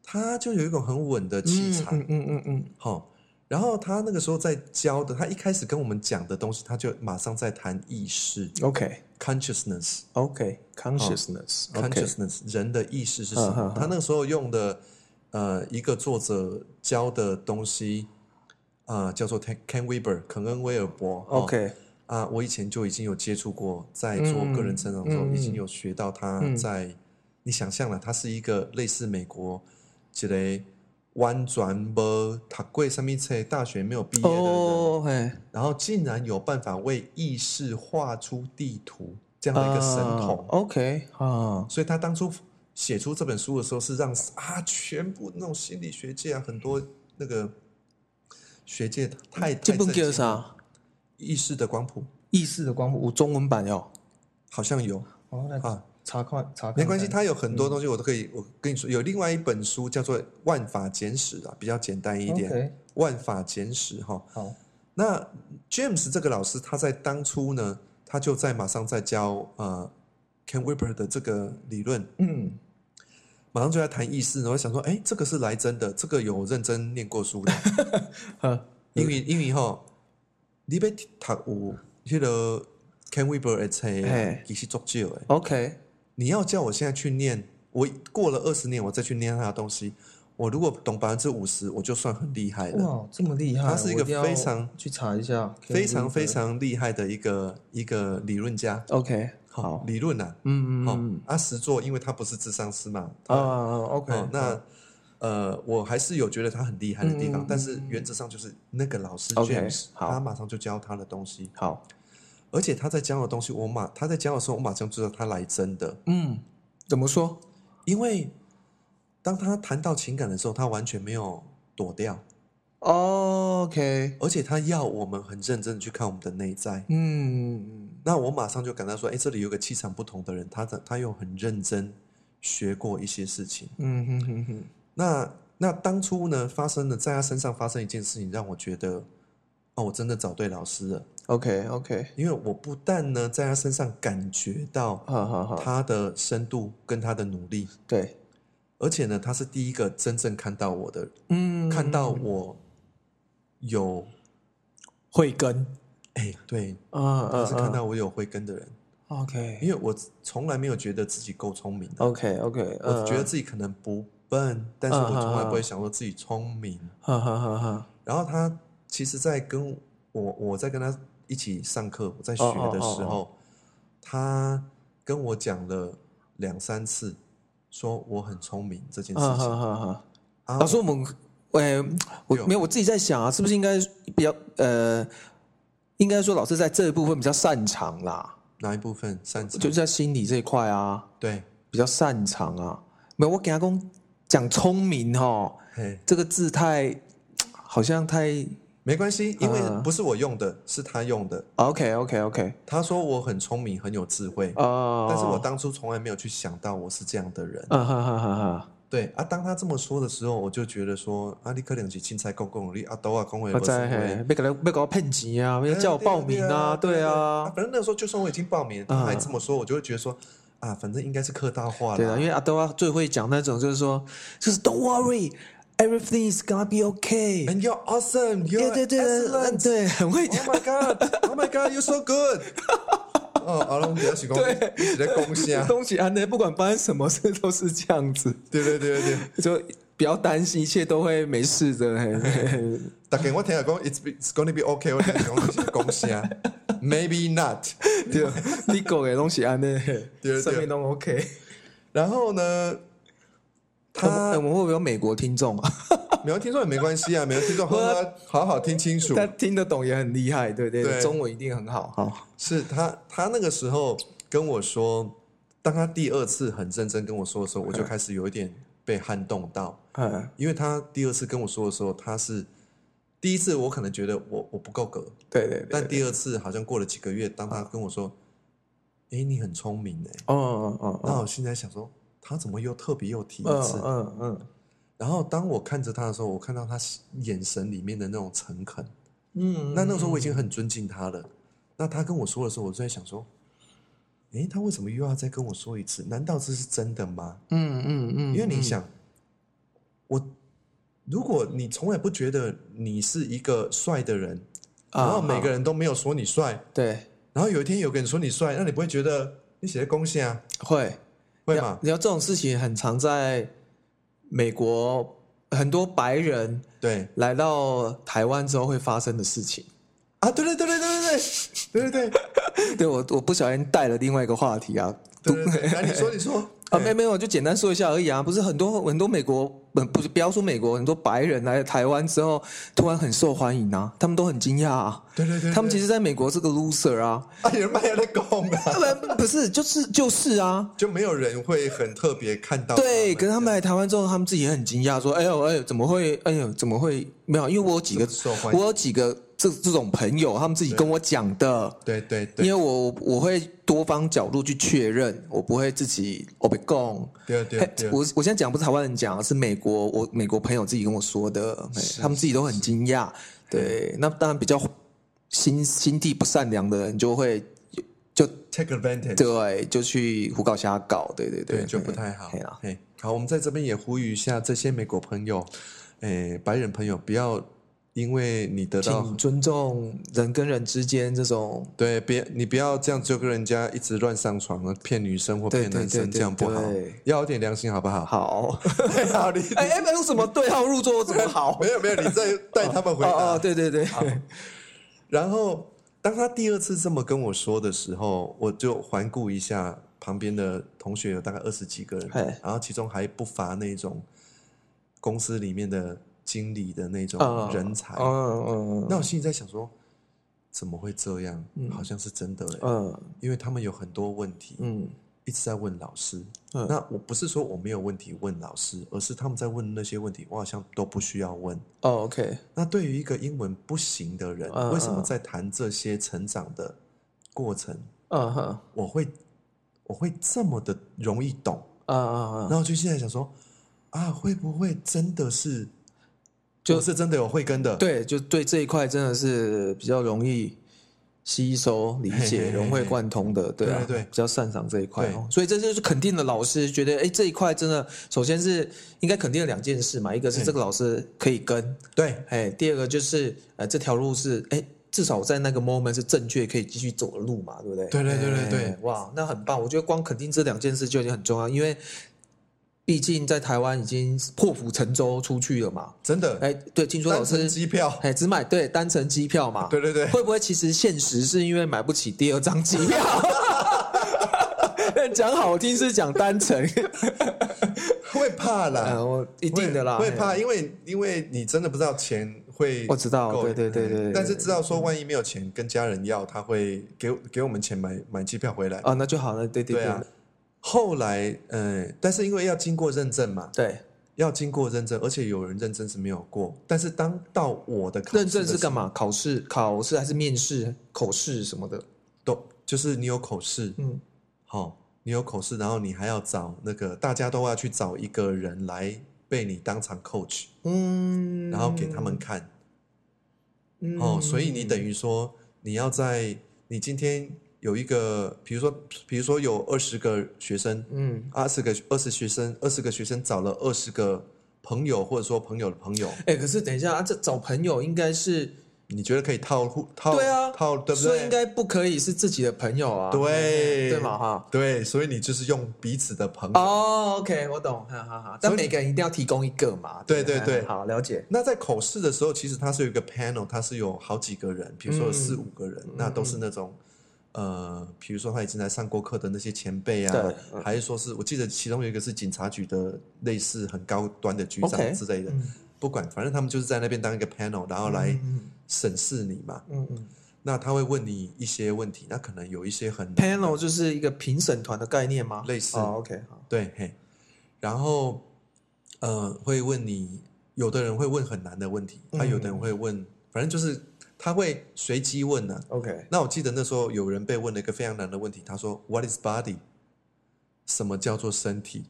Speaker 2: 他就有一种很稳的气场，
Speaker 1: 嗯嗯嗯嗯，
Speaker 2: 好、然后他那个时候在教的，他一开始跟我们讲的东西，他就马上在谈意识
Speaker 1: OK
Speaker 2: （consciousness）。
Speaker 1: OK consciousness OK，
Speaker 2: consciousness 人的意识是什么？
Speaker 1: 嗯嗯嗯
Speaker 2: 他那个时候用的呃一个作者教的东西，呃叫做 Ken Ken Weber 肯恩威尔伯。哦
Speaker 1: OK，
Speaker 2: 啊，我以前就已经有接触过，在做个人成长的时候，
Speaker 1: 嗯嗯嗯
Speaker 2: 已经有学到他
Speaker 1: 嗯
Speaker 2: 在、你想象了，他是一个类似美国一个弯转无读过什么册，大学没有毕业的人，
Speaker 1: 哦嘿，
Speaker 2: 然后竟然有办法为意识画出地图这样的一个神童，
Speaker 1: 哦，OK 啊，
Speaker 2: 所以他当初写出这本书的时候，是让啊全部那种心理学界啊很多那个学界太
Speaker 1: 这本
Speaker 2: 太震惊
Speaker 1: 叫
Speaker 2: 了
Speaker 1: 啥？
Speaker 2: 意识的光谱
Speaker 1: 意识的光谱，有中文版哟。
Speaker 2: 好像有。
Speaker 1: 哦，来
Speaker 2: 啊，
Speaker 1: 查看查看，
Speaker 2: 没关系，它有很
Speaker 1: 嗯
Speaker 2: 多东西我都可以。我跟你说，有另外一本书叫做《万法简史》啊，比较简单一点，
Speaker 1: OK，
Speaker 2: 万法简史》哈。
Speaker 1: 好，
Speaker 2: 那 James 这个老师，他在当初呢，他就在马上在教呃 Ken Weber 的这个理论，
Speaker 1: 嗯，
Speaker 2: 马上就在谈意识，然后想说，哎，这个是来真的，这个有认真念过 书的，
Speaker 1: 呵，
Speaker 2: 因为因为哈，你被读有迄个 Ken Weber 的册啊
Speaker 1: 嘿，
Speaker 2: 其实足少的。
Speaker 1: OK，
Speaker 2: 你要叫我现在去念，我过了二十年我再去念他的东西，我如果懂百分之五十，我就算很厉害了，
Speaker 1: 哇，这么厉害，
Speaker 2: 他是一个
Speaker 1: 我定要
Speaker 2: 非常
Speaker 1: 去查一下，
Speaker 2: 非常非常厉害的一个一个理论家。
Speaker 1: OK，好，
Speaker 2: 理论呐、
Speaker 1: 嗯嗯
Speaker 2: 啊，
Speaker 1: 嗯，
Speaker 2: 哦，啊，实作，因为他不是智商师嘛，
Speaker 1: 啊
Speaker 2: 啊，
Speaker 1: ，OK，
Speaker 2: 哦，那呃，我还是有觉得他很厉害的地
Speaker 1: 嗯嗯
Speaker 2: 方，
Speaker 1: 嗯
Speaker 2: 但是原则上就是那个老师
Speaker 1: OK，
Speaker 2: James，
Speaker 1: 好
Speaker 2: 他马上就教他的东西，
Speaker 1: 好，
Speaker 2: 而且他在教的东西，我马他在教的时候，我马上知道他来真的，
Speaker 1: 嗯，怎么说？
Speaker 2: 因为当他谈到情感的时候，他完全没有躲掉，
Speaker 1: OK，
Speaker 2: 而且他要我们很认真的去看我们的内在。
Speaker 1: 嗯，
Speaker 2: 那我马上就感到说，哎，这里有个气场不同的人，他的他又很认真学过一些事情。
Speaker 1: 嗯哼哼哼，
Speaker 2: 那那当初呢，发生了在他身上发生一件事情，让我觉得，哦，我真的找对老师了，
Speaker 1: OK OK，
Speaker 2: 因为我不但呢在他身上感觉到
Speaker 1: 好好好，
Speaker 2: 他的深度跟他的努力，
Speaker 1: 对，
Speaker 2: 而且呢，他是第一个真正看到我的，
Speaker 1: 嗯
Speaker 2: 看到我有，
Speaker 1: 慧根，
Speaker 2: 哎，对，
Speaker 1: 嗯
Speaker 2: 他
Speaker 1: 嗯
Speaker 2: 是看到我有慧根的人，因
Speaker 1: ，OK
Speaker 2: 为我从来没有觉得自己够聪明的，
Speaker 1: OK OK，
Speaker 2: 我觉得，
Speaker 1: 嗯
Speaker 2: 自己可能不笨，但是我从来不会想说自己聪明。
Speaker 1: 哈哈哈哈，
Speaker 2: 然后他其实，在跟我我在跟他一起上课，我在学
Speaker 1: 哦哦
Speaker 2: 的时
Speaker 1: 哦哦
Speaker 2: 候，他跟我讲了两三次，说我很聪明这件事
Speaker 1: 啊
Speaker 2: 情。
Speaker 1: 哈哈哈。
Speaker 2: 啊
Speaker 1: 老师，我们，哎，我
Speaker 2: 对哦
Speaker 1: 没有，我自己在想啊，是不是应该比较呃，应该说老师在这一部分比较擅长啦，
Speaker 2: 哪一部分擅长？
Speaker 1: 就是在心理这一块啊，
Speaker 2: 对，
Speaker 1: 比较擅长啊。没有，我给他讲讲聪明哦，
Speaker 2: 嘿，
Speaker 1: 这个字太好像太
Speaker 2: 没关系，因为
Speaker 1: 啊
Speaker 2: 不是我用的，是他用的。
Speaker 1: OK OK OK
Speaker 2: 他说我很聪明，很有智慧，
Speaker 1: 哦，
Speaker 2: 但是我当初从来没有去想到我是这样的人。
Speaker 1: 啊哈哈哈哈，
Speaker 2: 对啊，当他这么说的时候，我就觉得说，啊，你可能是青菜公公，你啊都啊公会
Speaker 1: 我
Speaker 2: 不是
Speaker 1: 在嘿，
Speaker 2: 会。哎
Speaker 1: 别给他别给我骗钱啊，别叫我报名啊，对啊，
Speaker 2: 反正那时候就算我已经报名，他还
Speaker 1: 嗯
Speaker 2: 这么说，我就会觉得说，啊，反正应该是客套话
Speaker 1: 对啊，
Speaker 2: 啦
Speaker 1: 因为阿豆啊最会讲那种，就是说，就是 Don't worry, everything is gonna be okay。
Speaker 2: And you're awesome,
Speaker 1: 对
Speaker 2: you're
Speaker 1: 对对嗯
Speaker 2: excellent.
Speaker 1: 对，很会
Speaker 2: Oh
Speaker 1: 讲。
Speaker 2: my god, oh my god, you're so good. 哦，阿龙底下是讲，
Speaker 1: 对
Speaker 2: 你是在恭 喜啊？
Speaker 1: 东西安呢，不管发生什么事都是这样子，
Speaker 2: 对对对对对，
Speaker 1: 就不要担心，一切都会没事的。嘿嘿嘿
Speaker 2: 大概我听下讲，it's be- it's gonna be okay，我听下讲你是在恭 喜啊，maybe not。
Speaker 1: 对，啊你狗的东西啊安呢，
Speaker 2: 对
Speaker 1: 生命都 OK。
Speaker 2: 然后呢，
Speaker 1: 我们
Speaker 2: 他
Speaker 1: 我们会不会有美国听众 啊？
Speaker 2: 没有听众也没关系啊，没有听众，好好好好听清楚。
Speaker 1: 他听得懂也很厉害，对对
Speaker 2: 对
Speaker 1: 对，中文一定很好。好，
Speaker 2: 是他，他那个时候跟我说，当他第二次很认真跟我说的时候，我就开始有一点被撼动到，
Speaker 1: 嗯，
Speaker 2: 因为他第二次跟我说的时候，他是第一次我可能觉得我我不够格，
Speaker 1: 对对对。
Speaker 2: 但第二次好像过了几个月，当他跟我说，诶，你很聪明哎、
Speaker 1: 哦哦哦
Speaker 2: 那
Speaker 1: 哦，
Speaker 2: 我现在想说，他怎么又特别又提一次
Speaker 1: 嗯？嗯嗯
Speaker 2: 然后当我看着他的时候，我看到他眼神里面的那种诚恳，
Speaker 1: 嗯，
Speaker 2: 那那个时候我已经很尊敬他了。那他跟我说的时候，我就在想说，诶，他为什么又要再跟我说一次？难道这是真的吗？
Speaker 1: 嗯嗯嗯，
Speaker 2: 因为你想，我如果你从来不觉得你是一个帅的人，
Speaker 1: 啊
Speaker 2: 然后每个人都没有说你帅，
Speaker 1: 对
Speaker 2: 然后有一天有个人说你帅，那你不会觉得你写的贡献啊？
Speaker 1: 会
Speaker 2: 会
Speaker 1: 你
Speaker 2: 吗
Speaker 1: 要？你要这种事情很常在美国，很多白人
Speaker 2: 对
Speaker 1: 来到台湾之后会发生的事情。
Speaker 2: 啊，对对对对对对对对对
Speaker 1: 对我，我不小心带了另外一个话题啊。
Speaker 2: 对哎对对，来你说你说
Speaker 1: 啊，没有没有，就简单说一下而已啊。不是很多很多美国，不不是不要说美国，很多白人来了台湾之后，突然很受欢迎啊，他们都很惊讶啊。
Speaker 2: 对对对，
Speaker 1: 他们其
Speaker 2: 实
Speaker 1: 实在美国是个 loser 啊，
Speaker 2: 啊，人卖在供啊。
Speaker 1: 他们不是就是就是啊，
Speaker 2: 就没有人会很特别看到。
Speaker 1: 对，可是他们来台湾之后，他们自己也很惊讶，说：“哎呦，哎呦，怎么会？哎呦，怎么会？没有，因为我有几个
Speaker 2: 这么受，欢迎
Speaker 1: 我有几个这这种朋友，他们自己跟我讲的。
Speaker 2: 对对
Speaker 1: 因
Speaker 2: 对
Speaker 1: 为我我会多方角度去确认，我不会自己我被供。
Speaker 2: 对对对，
Speaker 1: 哎我我现在讲不是台湾人讲，是美国我美国朋友自己跟我说的，哎他们自己都很惊讶。对，那当然比较心心地不善良的人就会
Speaker 2: take advantage，
Speaker 1: 对就去胡搞瞎搞，对对
Speaker 2: 对
Speaker 1: 对，
Speaker 2: 就不太好
Speaker 1: 嘿啊啦。
Speaker 2: 嘿，好，我们在这边也呼吁一下这些美国朋友，诶，白人朋友，不要因为你得到
Speaker 1: 请尊重人跟人之间这种
Speaker 2: 对，别你不要这样就跟人家一直乱上床了，骗女生或
Speaker 1: 对
Speaker 2: 骗男
Speaker 1: 对对
Speaker 2: 生，这样不好
Speaker 1: 对对，
Speaker 2: 要有点良心好不 好？
Speaker 1: 好。
Speaker 2: 好，你
Speaker 1: 哎哎，为什么对号入座？我怎么 好？
Speaker 2: 没有没有，你再带他们回
Speaker 1: 哦
Speaker 2: 答
Speaker 1: 哦，。对对对，
Speaker 2: 然后当他第二次这么跟我说的时候，我就环顾一下旁边的同学，有大概二十几个人
Speaker 1: 嘿，
Speaker 2: 然后其中还不乏那种公司里面的经理的那种
Speaker 1: 嗯
Speaker 2: 人才。
Speaker 1: 嗯嗯
Speaker 2: 那我心里在想说，怎么会这样？好像是真的、欸，
Speaker 1: 嗯
Speaker 2: 因为他们有很多问题。
Speaker 1: 嗯
Speaker 2: 一直在问老师，
Speaker 1: 嗯
Speaker 2: 那我不是说我没有问题问老师，而是他们在问那些问题，我好像都不需要问。
Speaker 1: 哦，OK，
Speaker 2: 那对于一个英文不行的人，
Speaker 1: 嗯
Speaker 2: 为什么
Speaker 1: 嗯
Speaker 2: 在谈这些成长的过程，
Speaker 1: 嗯哼，
Speaker 2: 我会我会这么的容易懂？
Speaker 1: 啊啊
Speaker 2: 然
Speaker 1: 啊，
Speaker 2: 后就现在想说，啊，会不会真的是，
Speaker 1: 就
Speaker 2: 我是真的有慧根的？
Speaker 1: 对，就对这一块真的是比较容易吸收、理
Speaker 2: 嘿嘿嘿
Speaker 1: 解、融会贯通的，对啊，
Speaker 2: 对对对
Speaker 1: 比较擅长这一块
Speaker 2: 对
Speaker 1: 哦。所以这就是肯定了老师觉得，哎，这一块真的，首先是应该肯定了两件事嘛，一个是
Speaker 2: 对
Speaker 1: 这个老师可以跟，
Speaker 2: 对
Speaker 1: 哎，第二个就是，呃，这条路是，哎，至少在那个 moment 是正确可以继续走的路嘛，对不对？
Speaker 2: 对对对对对
Speaker 1: 哎哇，那很棒！我觉得光肯定这两件事就已经很重要，因为毕竟在台湾已经破釜沉舟出去了嘛。
Speaker 2: 真的，
Speaker 1: 哎，对，听说老
Speaker 2: 单程
Speaker 1: 师
Speaker 2: 机票，
Speaker 1: 哎只买对单程机票嘛。
Speaker 2: 对对对，
Speaker 1: 会不会其实现实是因为买不起第二张机票？ 讲好听是讲单程，
Speaker 2: 会怕啦，
Speaker 1: 呃，我一定的啦，
Speaker 2: 哎
Speaker 1: 哎
Speaker 2: 会会
Speaker 1: 嘿
Speaker 2: 怕，因为因为你真的不知道钱会
Speaker 1: 我知道
Speaker 2: 够
Speaker 1: 对对对对对
Speaker 2: 但是知道说万一没有钱跟家人要，他会给给我们钱买买机票回来，
Speaker 1: 啊，那就好了，对对
Speaker 2: 对啊。后来，呃，但是因为要经过认证嘛，
Speaker 1: 对，
Speaker 2: 要经过认证，而且有人认证是没有过。但是当到我的考试
Speaker 1: 认证
Speaker 2: 的
Speaker 1: 是
Speaker 2: 时候
Speaker 1: 干嘛？考试、考试还是面试、口试什么的？
Speaker 2: 都就是你有口试，
Speaker 1: 嗯，
Speaker 2: 好、你有口试，然后你还要找那个大家都要去找一个人来被你当场 coach，
Speaker 1: 嗯，
Speaker 2: 然后给他们看、
Speaker 1: 嗯
Speaker 2: 哦。所以你等于说你要在你今天有一个，比如说比如说有二十个学生，
Speaker 1: 嗯，
Speaker 2: 二十个二十学生，二十个学生找了二十个朋友，或者说朋友的朋友，
Speaker 1: 哎，可是等一下，啊这找朋友应该是，
Speaker 2: 你觉得可以套户套
Speaker 1: 对啊
Speaker 2: 套对不
Speaker 1: 所以
Speaker 2: 对
Speaker 1: 应？该不可以是自己的朋友啊，
Speaker 2: 对
Speaker 1: 对嘛哈。
Speaker 2: 对，所以你就是用彼此的朋友。
Speaker 1: 哦，OK，我懂，哈哈哈。
Speaker 2: 所以
Speaker 1: 但每个人一定要提供一个嘛，
Speaker 2: 对对对
Speaker 1: 好了解。
Speaker 2: 那在口试的时候，其实它是有一个 panel，它是有好几个人，比如说有
Speaker 1: 嗯
Speaker 2: 四五个人，那都是那种呃，比如说他已经来上过课的那些前辈啊
Speaker 1: 对，嗯
Speaker 2: 还是说是我记得其中有一个是警察局的类似很高端的局长
Speaker 1: OK，
Speaker 2: 之类的
Speaker 1: 嗯
Speaker 2: 不管，反正他们就是在那边当一个 panel，然后来审视你嘛。
Speaker 1: 嗯嗯
Speaker 2: 那他会问你一些问题，那可能有一些很
Speaker 1: ，panel 就是一个评审团的概念吗？
Speaker 2: 类似
Speaker 1: 哦，OK，好，
Speaker 2: 对嘿，然后呃会问你，有的人会问很难的问题，他、有的人会问，反正就是他会随机问呢、
Speaker 1: OK，
Speaker 2: 那我记得那时候有人被问了一个非常难的问题，他说 “What is body？” 什么叫做身体？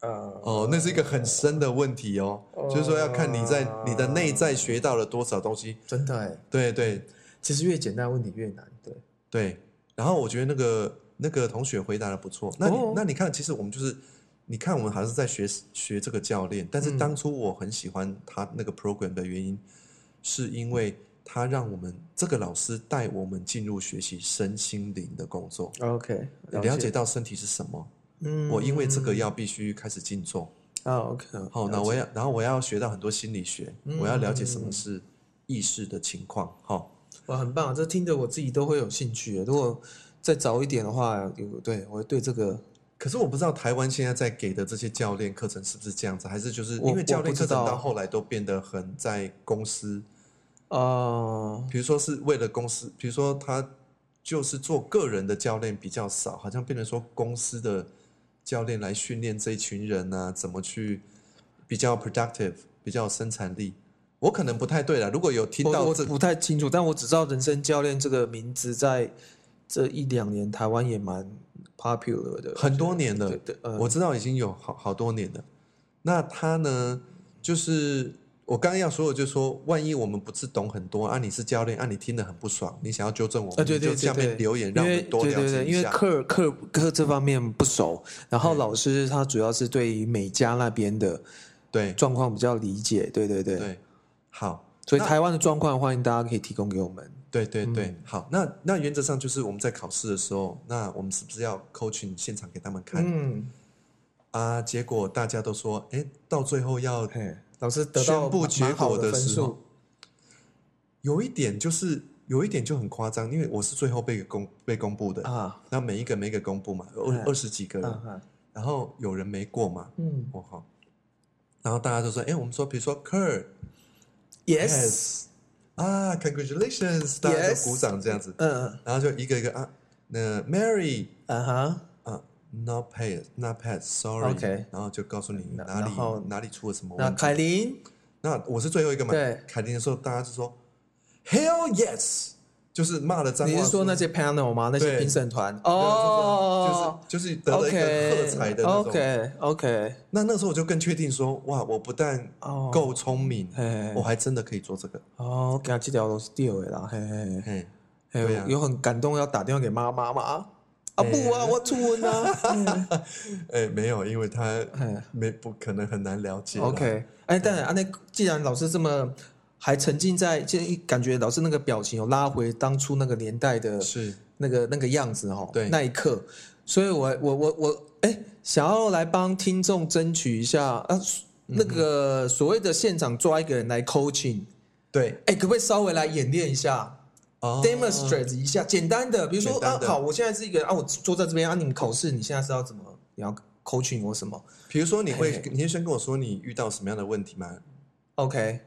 Speaker 1: 呃，
Speaker 2: 哦，那是一个很深的问题哦，就是说要看你在你的内在学到了多少东西。
Speaker 1: 真的哎，
Speaker 2: 对对
Speaker 1: 其实越简单的问题越难，对，
Speaker 2: 对，然后我觉得那个那个同学回答的不错。那你、
Speaker 1: 哦
Speaker 2: 那你看，其实我们就是，你看我们还是在学学这个教练，但
Speaker 1: 嗯
Speaker 2: 是当初我很喜欢他那个 program 的原因，是因为他让我们这个老师带我们进入学习身心灵的工作，
Speaker 1: OK，
Speaker 2: 哦了解，到身体是什么。
Speaker 1: 嗯
Speaker 2: 我因为这个要必须开始静坐，
Speaker 1: 啊，OK，
Speaker 2: 哦好，那我要然后我要学到很多心理学，
Speaker 1: 嗯
Speaker 2: 我要了解什么是意识的情况，好。
Speaker 1: 哇，很棒，这听着我自己都会有兴趣耶。如果再早一点的话，有对我对这个
Speaker 2: 可是我不知道台湾现在在给的这些教练课程是不是这样子，还是就是
Speaker 1: 我
Speaker 2: 因为教练课程
Speaker 1: 我不知道
Speaker 2: 到后来都变得很在公司，
Speaker 1: 呃，
Speaker 2: 比如说是为了公司，比如说他就是做个人的教练比较少，好像变成说公司的教练来训练这一群人啊，怎么去比较 productive，比较有生产力。我可能不太对了，如果有听
Speaker 1: 我
Speaker 2: 到
Speaker 1: 我
Speaker 2: 这，
Speaker 1: 不太清楚，但我只知道“人生教练”这个名字在这一两年台湾也蛮 popular 的，
Speaker 2: 很多年了
Speaker 1: 对对，呃
Speaker 2: 我知道已经有好好多年了。那他呢，就是我刚刚要说的，就是说，万一我们不是懂很多啊，你是教练啊，你听得很不爽，你想要纠正我们，
Speaker 1: 啊，对对
Speaker 2: 你
Speaker 1: 对
Speaker 2: 就下面
Speaker 1: 对
Speaker 2: 留言
Speaker 1: 因
Speaker 2: 让我
Speaker 1: 为
Speaker 2: 们多
Speaker 1: 对
Speaker 2: 了
Speaker 1: 对
Speaker 2: 解
Speaker 1: 对，因
Speaker 2: 一
Speaker 1: 为
Speaker 2: 下。
Speaker 1: 课课课这方面不熟，然后老师他主要是对于美加那边的
Speaker 2: 对
Speaker 1: 状况比较理解，对对对，
Speaker 2: 对，好，
Speaker 1: 所以
Speaker 2: 那
Speaker 1: 台湾的状况欢迎大家可以提供给我们。
Speaker 2: 对对对，
Speaker 1: 嗯
Speaker 2: 好，那那原则上就是我们在考试的时候，那我们是不是要 coaching 现场给他们看、
Speaker 1: 嗯，
Speaker 2: 啊？结果大家都说，哎，到最后要
Speaker 1: 嘿，老师得到
Speaker 2: 宣布
Speaker 1: 蛮
Speaker 2: 结
Speaker 1: 蛮好
Speaker 2: 果
Speaker 1: 的分
Speaker 2: 时候
Speaker 1: 数，，
Speaker 2: 有一点就是有一点就很夸张，因为我是最后被公被公布的
Speaker 1: 啊，
Speaker 2: 那每一个每一个公布嘛，二
Speaker 1: 嗯
Speaker 2: 二十几个人，
Speaker 1: 嗯
Speaker 2: 然后有人没过嘛，
Speaker 1: 嗯
Speaker 2: 我好，然后大家就说，哎，我们说，比如说 Kerr
Speaker 1: ，yes，
Speaker 2: 啊，congratulations，大家就
Speaker 1: Yes
Speaker 2: 鼓掌这样子，
Speaker 1: 嗯
Speaker 2: 然后就一个一个啊，那 Mary
Speaker 1: 嗯哈，
Speaker 2: 啊，not paid not paid sorry，
Speaker 1: OK
Speaker 2: 然后就告诉你
Speaker 1: 那
Speaker 2: 哪
Speaker 1: 然后
Speaker 2: 里哪里出了什么
Speaker 1: 那
Speaker 2: 问题。
Speaker 1: 凯琳
Speaker 2: 那我是最后一个嘛，
Speaker 1: 对
Speaker 2: 凯琳的时候，大家就说 hell yes，就是骂了脏话，
Speaker 1: 你是说那些 panel 吗？那
Speaker 2: 对
Speaker 1: 些评审团？
Speaker 2: 对
Speaker 1: 哦，
Speaker 2: 就是就是得了一个喝彩的那种
Speaker 1: OK OK，
Speaker 2: 那那时候我就更确定说，哇，我不但
Speaker 1: 哦
Speaker 2: 够聪明，
Speaker 1: 嘿
Speaker 2: 我还真的可以做这个。
Speaker 1: 哦，我给这条都是掉的啦，嘿嘿嘿，
Speaker 2: 嘿，
Speaker 1: 嘿
Speaker 2: 对啊
Speaker 1: 有很感动，要打电话给妈妈嘛？啊
Speaker 2: 嘿
Speaker 1: 不啊，我出文 啊
Speaker 2: 哎，没有，因为他
Speaker 1: 嘿
Speaker 2: 没不可能很难了解啦。
Speaker 1: ，OK，哎，但啊，那既然老师这么还沉浸在，就一感觉老师那个表情有拉回当初那个年代的
Speaker 2: 是
Speaker 1: 那个那个样子哈、哦，
Speaker 2: 对
Speaker 1: 那一刻，所以我我我我哎，想要来帮听众争取一下啊，那
Speaker 2: 嗯
Speaker 1: 个所谓的现场抓一个人来 coaching，
Speaker 2: 对，
Speaker 1: 哎，可不可以稍微来演练一下？
Speaker 2: 哦
Speaker 1: demonstrate 一下，简单的，比如说
Speaker 2: 简单
Speaker 1: 啊，
Speaker 2: 的
Speaker 1: 好，我现在是一个啊，我坐在这边啊，你们考试，你现在是要怎么，你要 coaching 我什么
Speaker 2: 比如说你
Speaker 1: 嘿
Speaker 2: 会
Speaker 1: 嘿，
Speaker 2: 你会先跟我说你遇到什么样的问题吗？
Speaker 1: ？OK，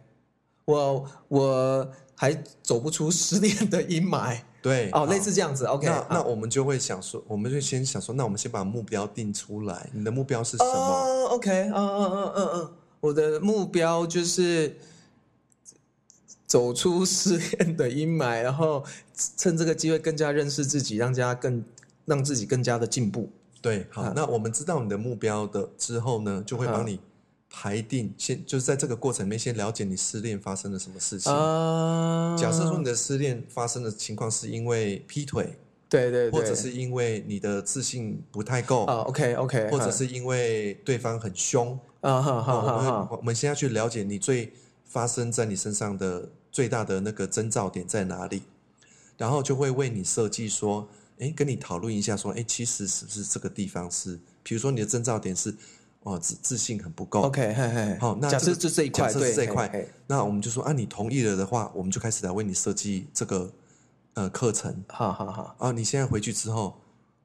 Speaker 1: 我我还走不出失恋的阴霾
Speaker 2: 对，
Speaker 1: 哦，
Speaker 2: 好
Speaker 1: 类似这样子。OK，
Speaker 2: 那那
Speaker 1: 好
Speaker 2: 我们就会想说，我们就先想说，那我们先把目标定出来，你的目标是什么？
Speaker 1: 哦，OK，嗯嗯嗯嗯嗯，我的目标就是走出失恋的阴霾，然后趁这个机会更加认识自己，让大家更让自己更加的进步。
Speaker 2: 对，好，
Speaker 1: 嗯
Speaker 2: 那我们知道你的目标的之后呢，就会帮
Speaker 1: 嗯
Speaker 2: 你排定，先就是在这个过程里面先了解你失恋发生了什么事情。
Speaker 1: 啊，
Speaker 2: 假设说你的失恋发生的情况是因为劈腿，
Speaker 1: 对对对，
Speaker 2: 或者是因为你的自信不太够，
Speaker 1: 啊，OK OK，
Speaker 2: 或者是因为对方很凶，
Speaker 1: 啊，哈
Speaker 2: 好，
Speaker 1: 哈
Speaker 2: 我
Speaker 1: 哈
Speaker 2: 们
Speaker 1: 哈，
Speaker 2: 会我们先要去了解你最发生在你身上的最大的那个征兆点在哪里，然后就会为你设计说，诶，跟你讨论一下说，诶，其实是不是这个地方是，比如说你的征兆点是，哦，自自信很不够
Speaker 1: OK，嘿嘿，
Speaker 2: 好那
Speaker 1: 假
Speaker 2: 这
Speaker 1: 设
Speaker 2: 个
Speaker 1: 就这一块，
Speaker 2: 假设
Speaker 1: 对
Speaker 2: 是这一块
Speaker 1: 嘿嘿
Speaker 2: 那我们就说啊，你同意了的话，我们就开始来为你设计这个呃课程
Speaker 1: 好好好，
Speaker 2: 啊，你现在回去之后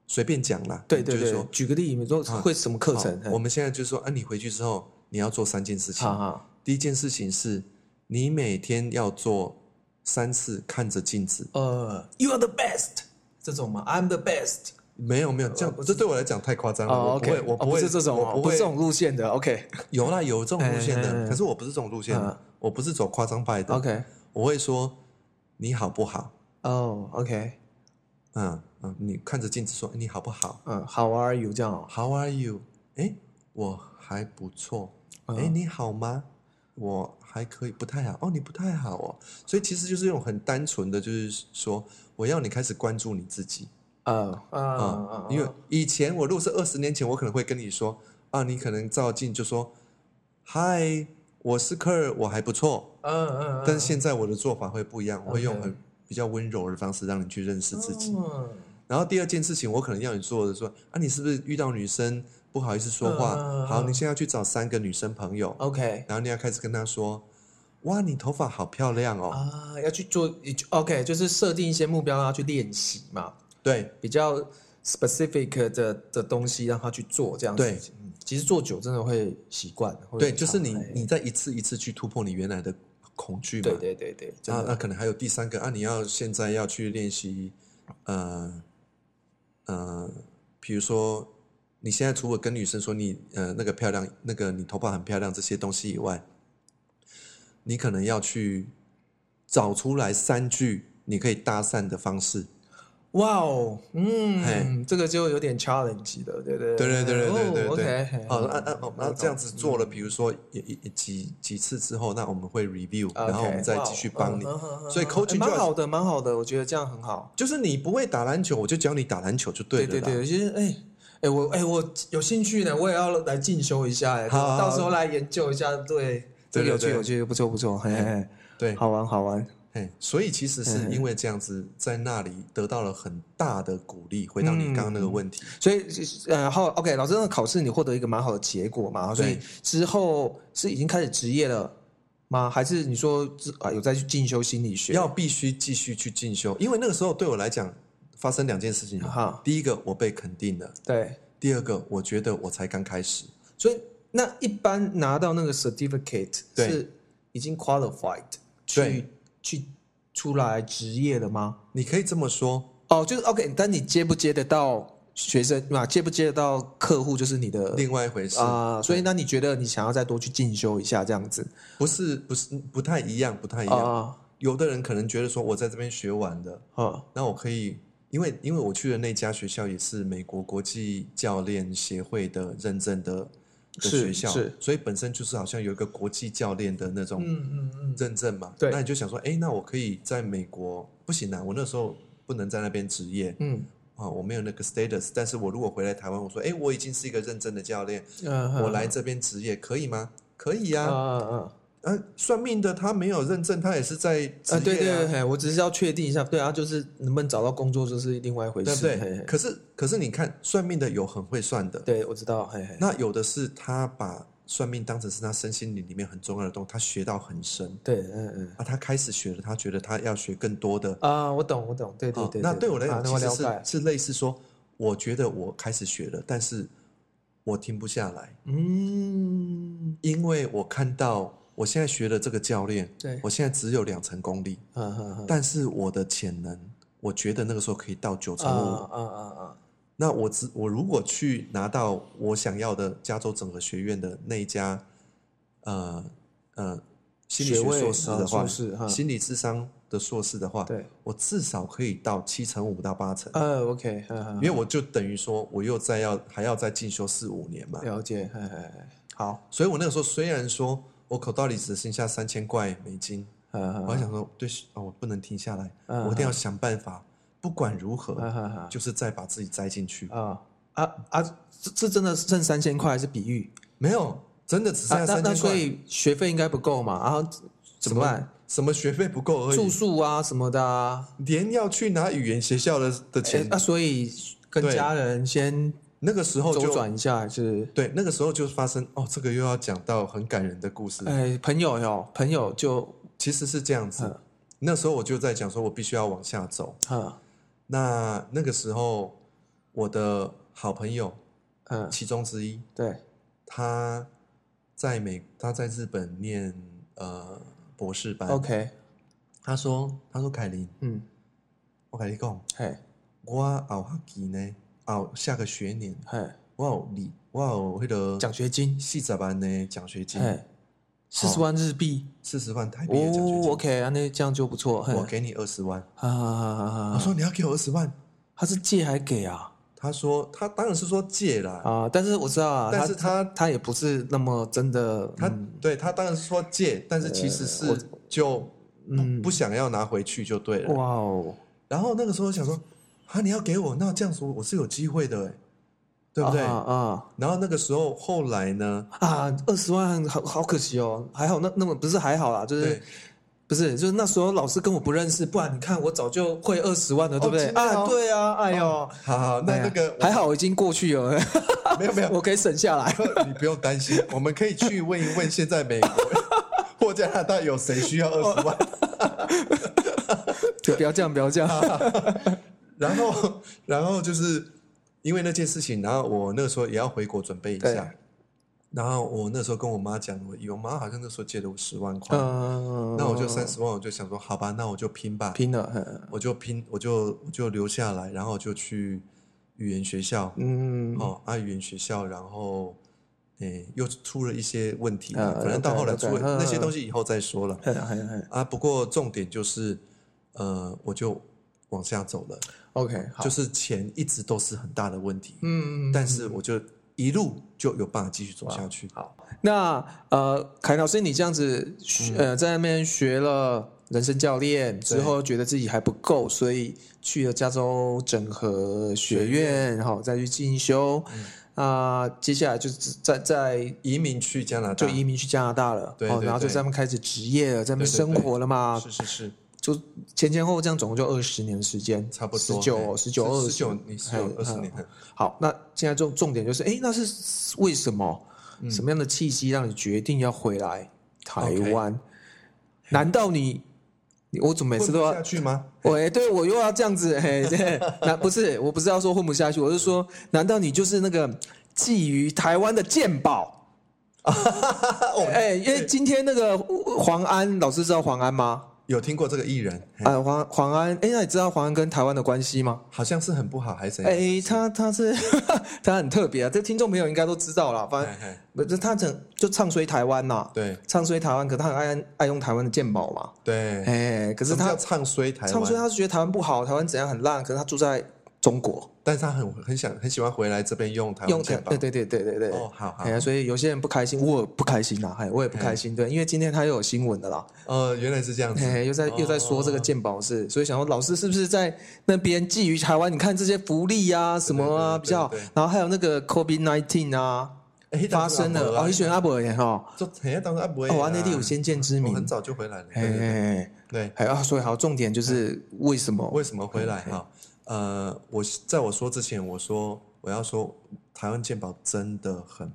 Speaker 2: 随便讲啦，
Speaker 1: 对对
Speaker 2: 就是
Speaker 1: 对
Speaker 2: 说，
Speaker 1: 举个例，你说会什么课程？
Speaker 2: 好
Speaker 1: 嘿
Speaker 2: 我们现在就说啊，你回去之后你要做三件事情
Speaker 1: 好，好
Speaker 2: 第一件事情是，你每天要做三次看着镜子。
Speaker 1: 呃，You are the best 这种吗？I'm the best。
Speaker 2: 没有没有，这样这对我来讲太夸张了。
Speaker 1: 呃哦
Speaker 2: 我不会
Speaker 1: ，OK，，
Speaker 2: 我
Speaker 1: 哦
Speaker 2: 不会
Speaker 1: 是这种
Speaker 2: 我
Speaker 1: 哦，
Speaker 2: 不
Speaker 1: 不
Speaker 2: 会
Speaker 1: 是这种路线的。OK，OK，
Speaker 2: 有啦，有这种路线
Speaker 1: 哎哎哎
Speaker 2: 的，可是我不是这种路线
Speaker 1: 嗯
Speaker 2: 的，我不是走夸张派的。我会说你好不好？
Speaker 1: 哦，OK，
Speaker 2: 嗯嗯，你看着镜子说你好不好
Speaker 1: 嗯，How are you？这样哦，
Speaker 2: ？How are you？哎，我还不错。
Speaker 1: 嗯
Speaker 2: 哎，你好吗？我还可以，不太好。哦，你不太好哦。所以其实就是用很单纯的，就是说我要你开始关注你自己。
Speaker 1: 呃，啊
Speaker 2: 啊，因为以前我如果是二十年前，我可能会跟你说啊，你可能照镜就说，嗨，我是科尔，我还不错。
Speaker 1: 嗯嗯，
Speaker 2: 但是现在我的做法会不一样，我会用
Speaker 1: OK
Speaker 2: 很比较温柔的方式让你去认识
Speaker 1: 是
Speaker 2: 自己。
Speaker 1: 嗯
Speaker 2: 然后第二件事情，我可能要你做的说啊，你是不是遇到女生不好意思说话？
Speaker 1: 嗯嗯嗯哦
Speaker 2: 好，你现在要去找三个女生朋友，
Speaker 1: ，OK，
Speaker 2: 然后你要开始跟她说，哇，你头发好漂亮哦。
Speaker 1: 啊，要去做，OK，就是设定一些目标，让他去练习嘛。
Speaker 2: 对
Speaker 1: 比较 specific 的的东西让他去做这样子。
Speaker 2: 对
Speaker 1: 嗯，其实做久真的会习惯。会
Speaker 2: 对，就是你
Speaker 1: 常哎
Speaker 2: 你在一次一次去突破你原来的恐惧嘛。
Speaker 1: 对对对对，真
Speaker 2: 啊，
Speaker 1: 的
Speaker 2: 那可能还有第三个啊，你要现在要去练习，呃，呃，比如说你现在除了跟女生说你呃那个漂亮，那个你头发很漂亮这些东西以外，你可能要去找出来三句你可以搭讪的方式。
Speaker 1: 哇哦，
Speaker 2: 嘿
Speaker 1: 嗯，这个就有点 challenge 的，对对哦
Speaker 2: 对对对对对对对
Speaker 1: OK，嘿。
Speaker 2: 哦，那那哦那
Speaker 1: 我
Speaker 2: 这样
Speaker 1: 懂
Speaker 2: 子做了，比如说也也也几几次之后，那我们会 review，然后我
Speaker 1: OK，
Speaker 2: 们再
Speaker 1: 哇哦
Speaker 2: 继续帮你
Speaker 1: 嗯。嗯嗯
Speaker 2: 所以
Speaker 1: 嗯
Speaker 2: coaching
Speaker 1: 哎蛮
Speaker 2: 就要
Speaker 1: 好的，蛮好的，我觉得这样很好。
Speaker 2: 就是你不会打篮球，我就教你打篮球就对
Speaker 1: 对
Speaker 2: 了啦。
Speaker 1: 对对，其实哎。哎，我哎，我有兴趣呢，我也要来进修一下哎，
Speaker 2: 好好
Speaker 1: 到时候来研究一下，对，这个
Speaker 2: 对
Speaker 1: 有趣
Speaker 2: 对
Speaker 1: 有趣，不错不错，嘿嘿，
Speaker 2: 对
Speaker 1: 好玩好玩，
Speaker 2: 哎，所以其实
Speaker 1: 嗯
Speaker 2: 是因为这样子，在那里得到了很大的鼓励。回到你刚刚那个问题，
Speaker 1: 所以呃，后 OK，老师那个考试你获得一个蛮好的结果嘛，所以
Speaker 2: 对
Speaker 1: 之后是已经开始职业了吗？还是你说之啊有再去进修心理学？
Speaker 2: 要必须继续去进修，因为那个时候对我来讲，发生两件事情嘛
Speaker 1: 哈
Speaker 2: 第一个，我被肯定了；
Speaker 1: 对，
Speaker 2: 第二个，我觉得我才刚开始。
Speaker 1: 所以那一般拿到那个 certificate
Speaker 2: 对
Speaker 1: 是已经 qualified 去
Speaker 2: 对
Speaker 1: 去出来职业了吗？
Speaker 2: 你可以这么说，
Speaker 1: 哦，就是 OK，但你接不接得到学生啊？接不接得到客户就是你的
Speaker 2: 另外一回事
Speaker 1: 啊、所以那你觉得你想要再多去进修一下这样子
Speaker 2: 不是不是不太一样，不太一
Speaker 1: 啊
Speaker 2: 样。有的人可能觉得说，我在这边学完了，
Speaker 1: 啊啊
Speaker 2: 那我可以，因为因为我去的那家学校也是美国国际教练协会的认证的的
Speaker 1: 是
Speaker 2: 学校，
Speaker 1: 是
Speaker 2: 所以本身就是好像有一个国际教练的那种
Speaker 1: 嗯嗯嗯，
Speaker 2: 认证嘛。
Speaker 1: 对
Speaker 2: 那你就想说，哎，那我可以在美国不行啊，我那时候不能在那边执业
Speaker 1: 嗯，
Speaker 2: 啊，我没有那个 status，但是我如果回来台湾，我说，哎，我已经是一个认证的教练，
Speaker 1: 嗯
Speaker 2: 啊我来这边执业可以吗？可以呀、
Speaker 1: 嗯嗯
Speaker 2: 呃，算命的他没有认证，他也是在职业、
Speaker 1: 啊，对对对，嘿我只是要确定一下，对啊，就是能不能找到工作，这是另外一回
Speaker 2: 对
Speaker 1: 事，
Speaker 2: 不
Speaker 1: 嘿
Speaker 2: 对？
Speaker 1: 嘿
Speaker 2: 可是可是你看，算命的有很会算的，
Speaker 1: 对，我知道，嘿嘿，
Speaker 2: 那有的是他把算命当成是他身心灵里面很重要的东西，他学到很深
Speaker 1: 对，嗯嗯，
Speaker 2: 啊，他开始学了，他觉得他要学更多的。
Speaker 1: 啊，我懂，我懂，对对
Speaker 2: 哦
Speaker 1: 对，
Speaker 2: 那对我来
Speaker 1: 啊
Speaker 2: 讲
Speaker 1: 那
Speaker 2: 其
Speaker 1: 我
Speaker 2: 实
Speaker 1: 了
Speaker 2: 是、
Speaker 1: 解，
Speaker 2: 是类似说，我觉得我开始学了，但是我停不下来，
Speaker 1: 嗯，
Speaker 2: 因为我看到我现在学的这个教练，
Speaker 1: 对，
Speaker 2: 我现在只有两成功力，
Speaker 1: 啊啊
Speaker 2: 但是我的潜能，我觉得那个时候可以到九
Speaker 1: 啊
Speaker 2: 成五。
Speaker 1: 啊啊啊，
Speaker 2: 那我只我如果去拿到我想要的加州整合学院的那一家，呃呃心理
Speaker 1: 学
Speaker 2: 学
Speaker 1: 位
Speaker 2: 硕士
Speaker 1: 啊
Speaker 2: 的话，
Speaker 1: 硕士哈
Speaker 2: 心理智商的硕士的话，
Speaker 1: 对，
Speaker 2: 我至少可以到七成五到八成，
Speaker 1: 呃，OK，哈哈
Speaker 2: 因为我就等于说我又再要还要再进修四五年嘛，
Speaker 1: 了解，嘿嘿嘿，好，
Speaker 2: 所以我那个时候虽然说我口袋里只剩下三千块美金，
Speaker 1: 嗯
Speaker 2: 我还想说对啊、我不能停下来，
Speaker 1: 嗯
Speaker 2: 我一定要想办法，不管如何，
Speaker 1: 嗯嗯嗯
Speaker 2: 就是再把自己栽进去。
Speaker 1: 啊啊啊！这这真的是剩三千块还是比喻？
Speaker 2: 没有，真的只剩
Speaker 1: 啊，
Speaker 2: 下
Speaker 1: 那
Speaker 2: 三
Speaker 1: 那
Speaker 2: 千
Speaker 1: 所
Speaker 2: 块。
Speaker 1: 以学费应该不够嘛？然后怎么办？？
Speaker 2: 什么学费不够而
Speaker 1: 住
Speaker 2: 已，
Speaker 1: 宿啊什么的啊，
Speaker 2: 连要去拿语言学校的
Speaker 1: 哎
Speaker 2: 的钱，
Speaker 1: 那所以跟
Speaker 2: 对
Speaker 1: 家人先
Speaker 2: 那个时候
Speaker 1: 周
Speaker 2: 就
Speaker 1: 转一下还是？
Speaker 2: 对，那个时候就发生哦，这个又要讲到很感人的故事。
Speaker 1: 哎，朋友哟，朋友就
Speaker 2: 其实是这样子，那时候我就在讲说，我必须要往下走。
Speaker 1: 嗯
Speaker 2: 那那个时候，我的好朋友
Speaker 1: 嗯，
Speaker 2: 其中之一，
Speaker 1: 对，
Speaker 2: 他在美，他在日本念呃博士班。
Speaker 1: OK，
Speaker 2: 他说，他说凯琳，
Speaker 1: 嗯，
Speaker 2: 我跟你讲，
Speaker 1: 嘿
Speaker 2: 我后学期呢，后下个学年，
Speaker 1: 嘿，
Speaker 2: 我有理，我有迄个
Speaker 1: 奖学金，
Speaker 2: 四十万的奖学金，
Speaker 1: 嘿，四十万日币，
Speaker 2: 四十万哦台币的奖学
Speaker 1: 哦
Speaker 2: 金，
Speaker 1: ，OK，啊，那这样就不错，嘿
Speaker 2: 我，给你二十万。
Speaker 1: 啊啊
Speaker 2: 我说你要给我二十万，
Speaker 1: 他是借还给啊？
Speaker 2: 他说他当然是说借啦，
Speaker 1: 啊，但是我知道啊，
Speaker 2: 但是
Speaker 1: 他
Speaker 2: 他
Speaker 1: 他也不是那么真的，
Speaker 2: 他
Speaker 1: 嗯呃
Speaker 2: 对他当然是说借，但是其实
Speaker 1: 我
Speaker 2: 是就
Speaker 1: 嗯
Speaker 2: 不不想要拿回去就对了。
Speaker 1: 哇哦，
Speaker 2: 然后那个时候我想说，啊你要给我，那这样说我是有机会的欸，对不对？
Speaker 1: 啊
Speaker 2: 然后那个时候后来呢，
Speaker 1: 啊啊，二十万好好可惜哦，还好那那么不是还好啦，就是
Speaker 2: 对。
Speaker 1: 不是就是那时候老师跟我不认识，不然你看我早就会二十万了，对不对？
Speaker 2: 真的哦
Speaker 1: 啊，对啊，哎呦，
Speaker 2: 好好，那
Speaker 1: 哎呀
Speaker 2: 那个我
Speaker 1: 还好我已经过去了，
Speaker 2: 没有没有，
Speaker 1: 我可以省下来。
Speaker 2: 你不用担心，我们可以去问一问现在美国 或加拿大有谁需要 二十万。
Speaker 1: 就不要这样，不要这样。
Speaker 2: 然后，然后就是因为那件事情，然后我那时候也要回国准备一
Speaker 1: 对
Speaker 2: 下。然后我那时候跟我妈讲，我我妈好像那时候借了我十万块，
Speaker 1: 嗯，
Speaker 2: 那我就三十万，我就想说，好吧，那我就拼吧，
Speaker 1: 拼了，嗯
Speaker 2: 我就拼，我就我就留下来，然后就去语言学校，
Speaker 1: 嗯，
Speaker 2: 哦，啊，语言学校，然后。诶，又出了一些问题，
Speaker 1: 嗯
Speaker 2: 反正到后来出了
Speaker 1: OK，OK，嗯
Speaker 2: 那些东西，以后再说了。
Speaker 1: 嘿嘿嘿
Speaker 2: 啊，不过重点就是，呃，我就往下走了，
Speaker 1: ，OK，好，
Speaker 2: 就是钱一直都是很大的问题，
Speaker 1: 嗯，
Speaker 2: 但是我就一路就有办法继续走下去。好，
Speaker 1: 那呃，凯老师，你这样子学、
Speaker 2: 嗯
Speaker 1: 呃在那边学了人生教练之后，觉得自己还不够，所以去了加州整合学院，然后再去进修。
Speaker 2: 嗯
Speaker 1: 那、接下来就是在在
Speaker 2: 移民去加拿大，
Speaker 1: 就移民去加拿大了，
Speaker 2: 对
Speaker 1: 哦，
Speaker 2: 对
Speaker 1: 然后就
Speaker 2: 对
Speaker 1: 在那边开始职业了，在那边
Speaker 2: 对对
Speaker 1: 生
Speaker 2: 对
Speaker 1: 活了嘛，
Speaker 2: 是是是，
Speaker 1: 就前前后后这样总共就二十年的时间，
Speaker 2: 差不
Speaker 1: 十
Speaker 2: 多
Speaker 1: 九十嗯九二
Speaker 2: 十九，你十九二十年，
Speaker 1: 好，那现在重重点就是，哎，那是为什么？
Speaker 2: 嗯
Speaker 1: 什么样的契机让你决定要回来台湾难道你，你我怎么每次都
Speaker 2: 混
Speaker 1: 要
Speaker 2: 不下？去吗？
Speaker 1: 我哎，对我又要这样子，嘿， 对，那不是，我不是要说混不下去，我是说，难道你就是那个觊觎台湾的鉴 宝？
Speaker 2: 哦
Speaker 1: 哎，因为今天那个黄安老师知道黄安吗？
Speaker 2: 有听过这个艺人，嘿
Speaker 1: 啊，黄黄安，哎，那你知道黄安跟台湾的关系吗？
Speaker 2: 好像是很不好还是怎样？
Speaker 1: 哎，他他是 他很特别啊，这听众朋友应该都知道啦，反正
Speaker 2: 嘿嘿
Speaker 1: 不是他整就唱衰台湾呐、
Speaker 2: 对
Speaker 1: 唱衰台湾，可他很爱爱用台湾的鉴宝嘛，
Speaker 2: 对，
Speaker 1: 哎、可
Speaker 2: 可
Speaker 1: 是他
Speaker 2: 唱衰台
Speaker 1: 唱衰
Speaker 2: 湾，
Speaker 1: 他是觉得台湾不好，台湾怎样很烂，可是他住在中国，
Speaker 2: 但是他很很想很喜欢回来这边用台
Speaker 1: 用
Speaker 2: 湾
Speaker 1: 台
Speaker 2: 钱吧
Speaker 1: 对？对对对对对，
Speaker 2: 哦，好好
Speaker 1: 哎、，呀，所以有些人不开心，我也不开心啦，哎，我也不开心，对，因为今天他又有新闻的啦，
Speaker 2: 呃，原来是这样子，
Speaker 1: 哎，又在又在说这个鉴宝事，所以想说老师是不是在那边觊觎台湾？你看这些福利啊什么啊
Speaker 2: 对对对对
Speaker 1: 比较好
Speaker 2: 对对，
Speaker 1: 然后还有那个 COVID nineteen 啊，
Speaker 2: 哎、哎，
Speaker 1: 发生了哦，
Speaker 2: 啊
Speaker 1: 你，选阿伯耶哈，
Speaker 2: 就哎，当时阿伯，
Speaker 1: 哦，我内地有先见之
Speaker 2: 我
Speaker 1: 明
Speaker 2: 很，早就回来了，
Speaker 1: 哎
Speaker 2: 对对嗯对
Speaker 1: 哎，哎
Speaker 2: 对，
Speaker 1: 还有啊，所以好，重点就是为什么？
Speaker 2: 为什么回来哈？呃，我在我说之前，我说我要说台湾健保真的很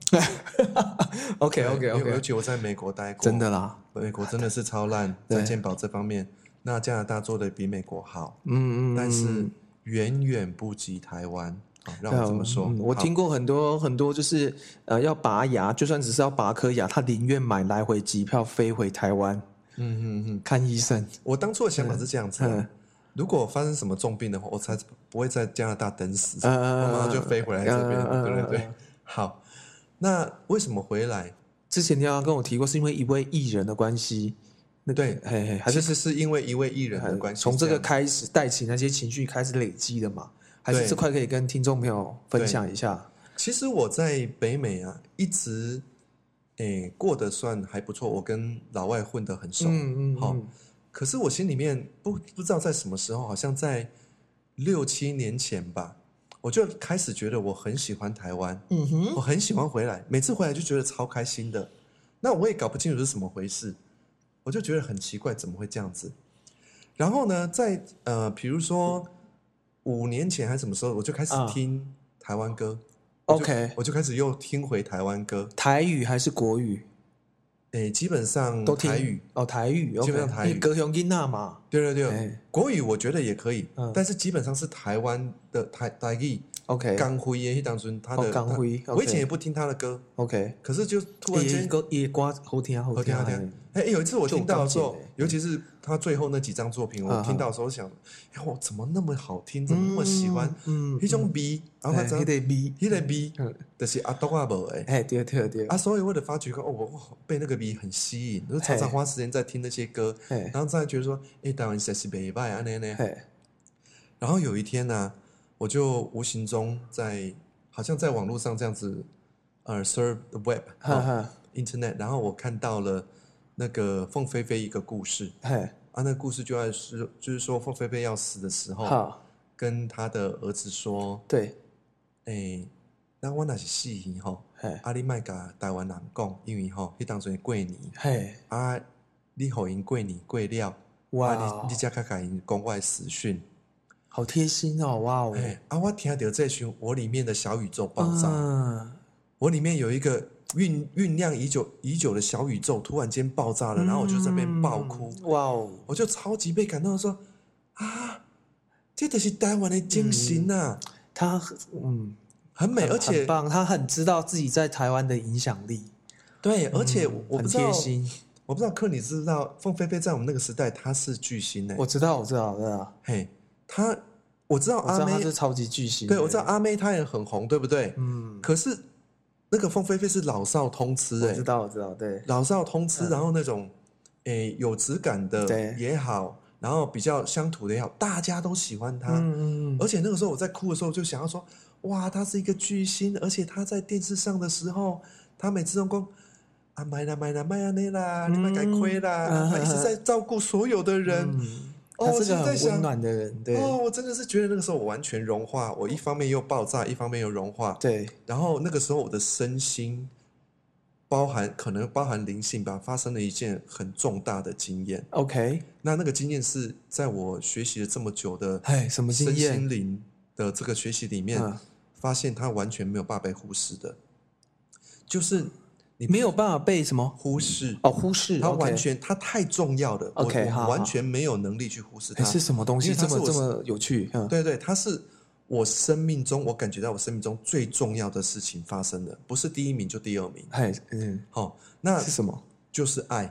Speaker 1: OK OK
Speaker 2: 因为尤
Speaker 1: OK，
Speaker 2: 其我在美国待过，
Speaker 1: 真的啦，
Speaker 2: 美国真的是超烂，
Speaker 1: 对
Speaker 2: 在健保这方面，那加拿大做的比美国好，
Speaker 1: 嗯嗯，嗯
Speaker 2: 但是
Speaker 1: 嗯
Speaker 2: 远远不及台湾。好让我这么说，
Speaker 1: 嗯我
Speaker 2: 好
Speaker 1: 听过很多很多，就是呃要拔牙，就算只是要拔颗牙，他宁愿买来回机票飞回台湾
Speaker 2: 嗯嗯嗯，
Speaker 1: 看医生。
Speaker 2: 我当初的想法是这样子啊、
Speaker 1: 嗯
Speaker 2: 如果发生什么重病的话，我才不会在加拿大等死，
Speaker 1: 嗯
Speaker 2: 我
Speaker 1: 嗯
Speaker 2: 马上就
Speaker 1: 嗯
Speaker 2: 飞回来这边，
Speaker 1: 嗯嗯
Speaker 2: 对
Speaker 1: 嗯
Speaker 2: 对对。
Speaker 1: 嗯
Speaker 2: 好，那为什么回来？
Speaker 1: 之前你好像跟我提过，是因为一位艺人的关系，那
Speaker 2: 对
Speaker 1: 嘿嘿，还
Speaker 2: 其
Speaker 1: 是
Speaker 2: 实是因为一位艺人的关系，
Speaker 1: 从这个
Speaker 2: 样
Speaker 1: 开始带起那些情绪开始累积的嘛？还是
Speaker 2: 对
Speaker 1: 这块可以跟听众朋友分享一下？
Speaker 2: 其实我在北美啊，一直诶、过得算还不错，我跟老外混得很熟。
Speaker 1: 嗯嗯，
Speaker 2: 好
Speaker 1: 嗯
Speaker 2: 可是我心里面不不知道在什么时候，好像在六七年前吧，我就开始觉得我很喜欢台湾，
Speaker 1: 嗯哼，
Speaker 2: 我很喜欢回来，每次回来就觉得超开心的。那我也搞不清楚是怎么回事，我就觉得很奇怪，怎么会这样子？然后呢，在呃，比如说五年前还是什么时候，我就开始
Speaker 1: 啊
Speaker 2: 听台湾歌。我就
Speaker 1: OK，
Speaker 2: 我就开始又听回台湾歌，
Speaker 1: 台语还是国语
Speaker 2: 诶，基本上
Speaker 1: 都听
Speaker 2: 嗯台语，
Speaker 1: 哦，台语
Speaker 2: 基本上台语
Speaker 1: 歌雄音娜嘛，
Speaker 2: 对对对，
Speaker 1: 哎
Speaker 2: 国语我觉得也可以，
Speaker 1: 嗯
Speaker 2: 但是基本上是台湾的台台语，
Speaker 1: ，OK
Speaker 2: 港辉耶当中他
Speaker 1: 哎哦
Speaker 2: 的
Speaker 1: 港
Speaker 2: 他
Speaker 1: 辉
Speaker 2: 我以前
Speaker 1: OK
Speaker 2: 也不听他的歌，
Speaker 1: OK，
Speaker 2: 可是就突然
Speaker 1: 也
Speaker 2: 间
Speaker 1: 歌也歌好听啊，好
Speaker 2: 好
Speaker 1: 听
Speaker 2: 听
Speaker 1: 啊
Speaker 2: 好
Speaker 1: 嘿
Speaker 2: 听，哎，有一次我
Speaker 1: 这我
Speaker 2: 听到的时
Speaker 1: 刚
Speaker 2: 候
Speaker 1: 见哎，
Speaker 2: 尤其是他最后那几张作品，我
Speaker 1: 啊
Speaker 2: 听到的时候想，哎，我怎么那么好听，怎么那么喜欢，
Speaker 1: 嗯，
Speaker 2: 一种味，
Speaker 1: 嗯，
Speaker 2: 然后
Speaker 1: 哎
Speaker 2: 他
Speaker 1: 那
Speaker 2: 张
Speaker 1: 个味，
Speaker 2: 迄个味
Speaker 1: 嗯，
Speaker 2: 就是阿东阿无诶。
Speaker 1: 哎，对对对，
Speaker 2: 啊，所以我的发觉说，哦，我我被那个 V 很吸引，就是常常
Speaker 1: 嘿
Speaker 2: 花时间在听那些歌，
Speaker 1: 嘿
Speaker 2: 然后再觉得说，哎、台湾实在是北拜啊，那那。
Speaker 1: 嘿，
Speaker 2: 然后有一天呢、我就无形中在好像在网络上这样子，呃，serve the web
Speaker 1: 哈
Speaker 2: 哦
Speaker 1: 哈，
Speaker 2: internet，然后我看到了那个凤飞飞一个故事
Speaker 1: 嘿，
Speaker 2: 啊，那故事就在是就是说凤飞飞要死的时候，
Speaker 1: 好，
Speaker 2: 跟他的儿子说，
Speaker 1: 对，
Speaker 2: 哎，那我那是死去吼，
Speaker 1: 嘿，
Speaker 2: 啊，你莫甲台湾人讲，因为吼，迄当阵过年。
Speaker 1: 嘿，
Speaker 2: 啊，你互因过年过了，
Speaker 1: 哇
Speaker 2: 啊，
Speaker 1: 哦
Speaker 2: 你你，才甲甲因讲我的死讯。
Speaker 1: 好贴心哦，哇哦，
Speaker 2: 哎，啊，我听到这群我里面的小宇宙爆炸，
Speaker 1: 嗯，
Speaker 2: 我里面有一个酝酝酿已久已久的小宇宙突然间爆炸了，然后我就在那边爆哭，
Speaker 1: 嗯，哇哦，
Speaker 2: 我就超级被感动地说啊，这就是台湾的精神呐、啊，
Speaker 1: 他很嗯，
Speaker 2: 很美，
Speaker 1: 很
Speaker 2: 而且
Speaker 1: 很棒，他很知道自己在台湾的影响力，
Speaker 2: 对，而且
Speaker 1: 嗯
Speaker 2: 我我
Speaker 1: 很
Speaker 2: 不知
Speaker 1: 贴
Speaker 2: 道，
Speaker 1: 心，
Speaker 2: 我不知道克你知不知道，凤飞飞在我们那个时代她是巨星呢、
Speaker 1: 我知道，我知道，我知道，
Speaker 2: 嘿，她我知道
Speaker 1: 我知
Speaker 2: 阿
Speaker 1: 道他
Speaker 2: 妹
Speaker 1: 是超级巨星，
Speaker 2: 对，我知道，阿妹她也很红，对不对？
Speaker 1: 嗯，
Speaker 2: 可是那个凤飞飞是老少通吃、
Speaker 1: 我
Speaker 2: 欸，
Speaker 1: 知道，我知道，对，
Speaker 2: 老少通吃，然后那种诶、有质感的
Speaker 1: 对
Speaker 2: 也好，然后比较乡土的也好，大家都喜欢她。
Speaker 1: 嗯嗯
Speaker 2: 而且那个时候我在哭的时候，就想要说，哇，她是一个巨星，而且她在电视上的时候，她每次都讲。啊，买啦买啦买啊那啦，你们该亏啦！
Speaker 1: 嗯
Speaker 2: 她一直在照顾所有的人，
Speaker 1: 嗯，
Speaker 2: 哦
Speaker 1: 他是个
Speaker 2: 我现在
Speaker 1: 很
Speaker 2: 想
Speaker 1: 温暖的人，对
Speaker 2: 哦，我真的是觉得那个时候我完全融化，我一方面又爆炸，一方面又融化，
Speaker 1: 对，
Speaker 2: 然后那个时候我的身心，包含可能包含灵性吧，发生了一件很重大的经验。
Speaker 1: OK，
Speaker 2: 那那个经验是在我学习了这么久的
Speaker 1: 哎，什么经
Speaker 2: 身
Speaker 1: 验
Speaker 2: 心？灵的这个学习里面，
Speaker 1: 嗯，
Speaker 2: 发现它完全没有办法被忽视的，就是你
Speaker 1: 没有办法被什么
Speaker 2: 忽视，
Speaker 1: 哦忽视，
Speaker 2: 它
Speaker 1: OK
Speaker 2: 完全它太重要了，我
Speaker 1: OK，好
Speaker 2: 我
Speaker 1: 好
Speaker 2: 完全没有能力去忽视
Speaker 1: 哎
Speaker 2: 它。
Speaker 1: 是什么东
Speaker 2: 因
Speaker 1: 西
Speaker 2: 为
Speaker 1: 这
Speaker 2: 它
Speaker 1: 么
Speaker 2: 是
Speaker 1: 这
Speaker 2: 我
Speaker 1: 么有趣？嗯，
Speaker 2: 对对，它是我生命中我感觉到我生命中最重要的事情发生的，不是第一名就第二名。
Speaker 1: 哎，嗯，
Speaker 2: 好、那
Speaker 1: 是什么？
Speaker 2: 就是爱，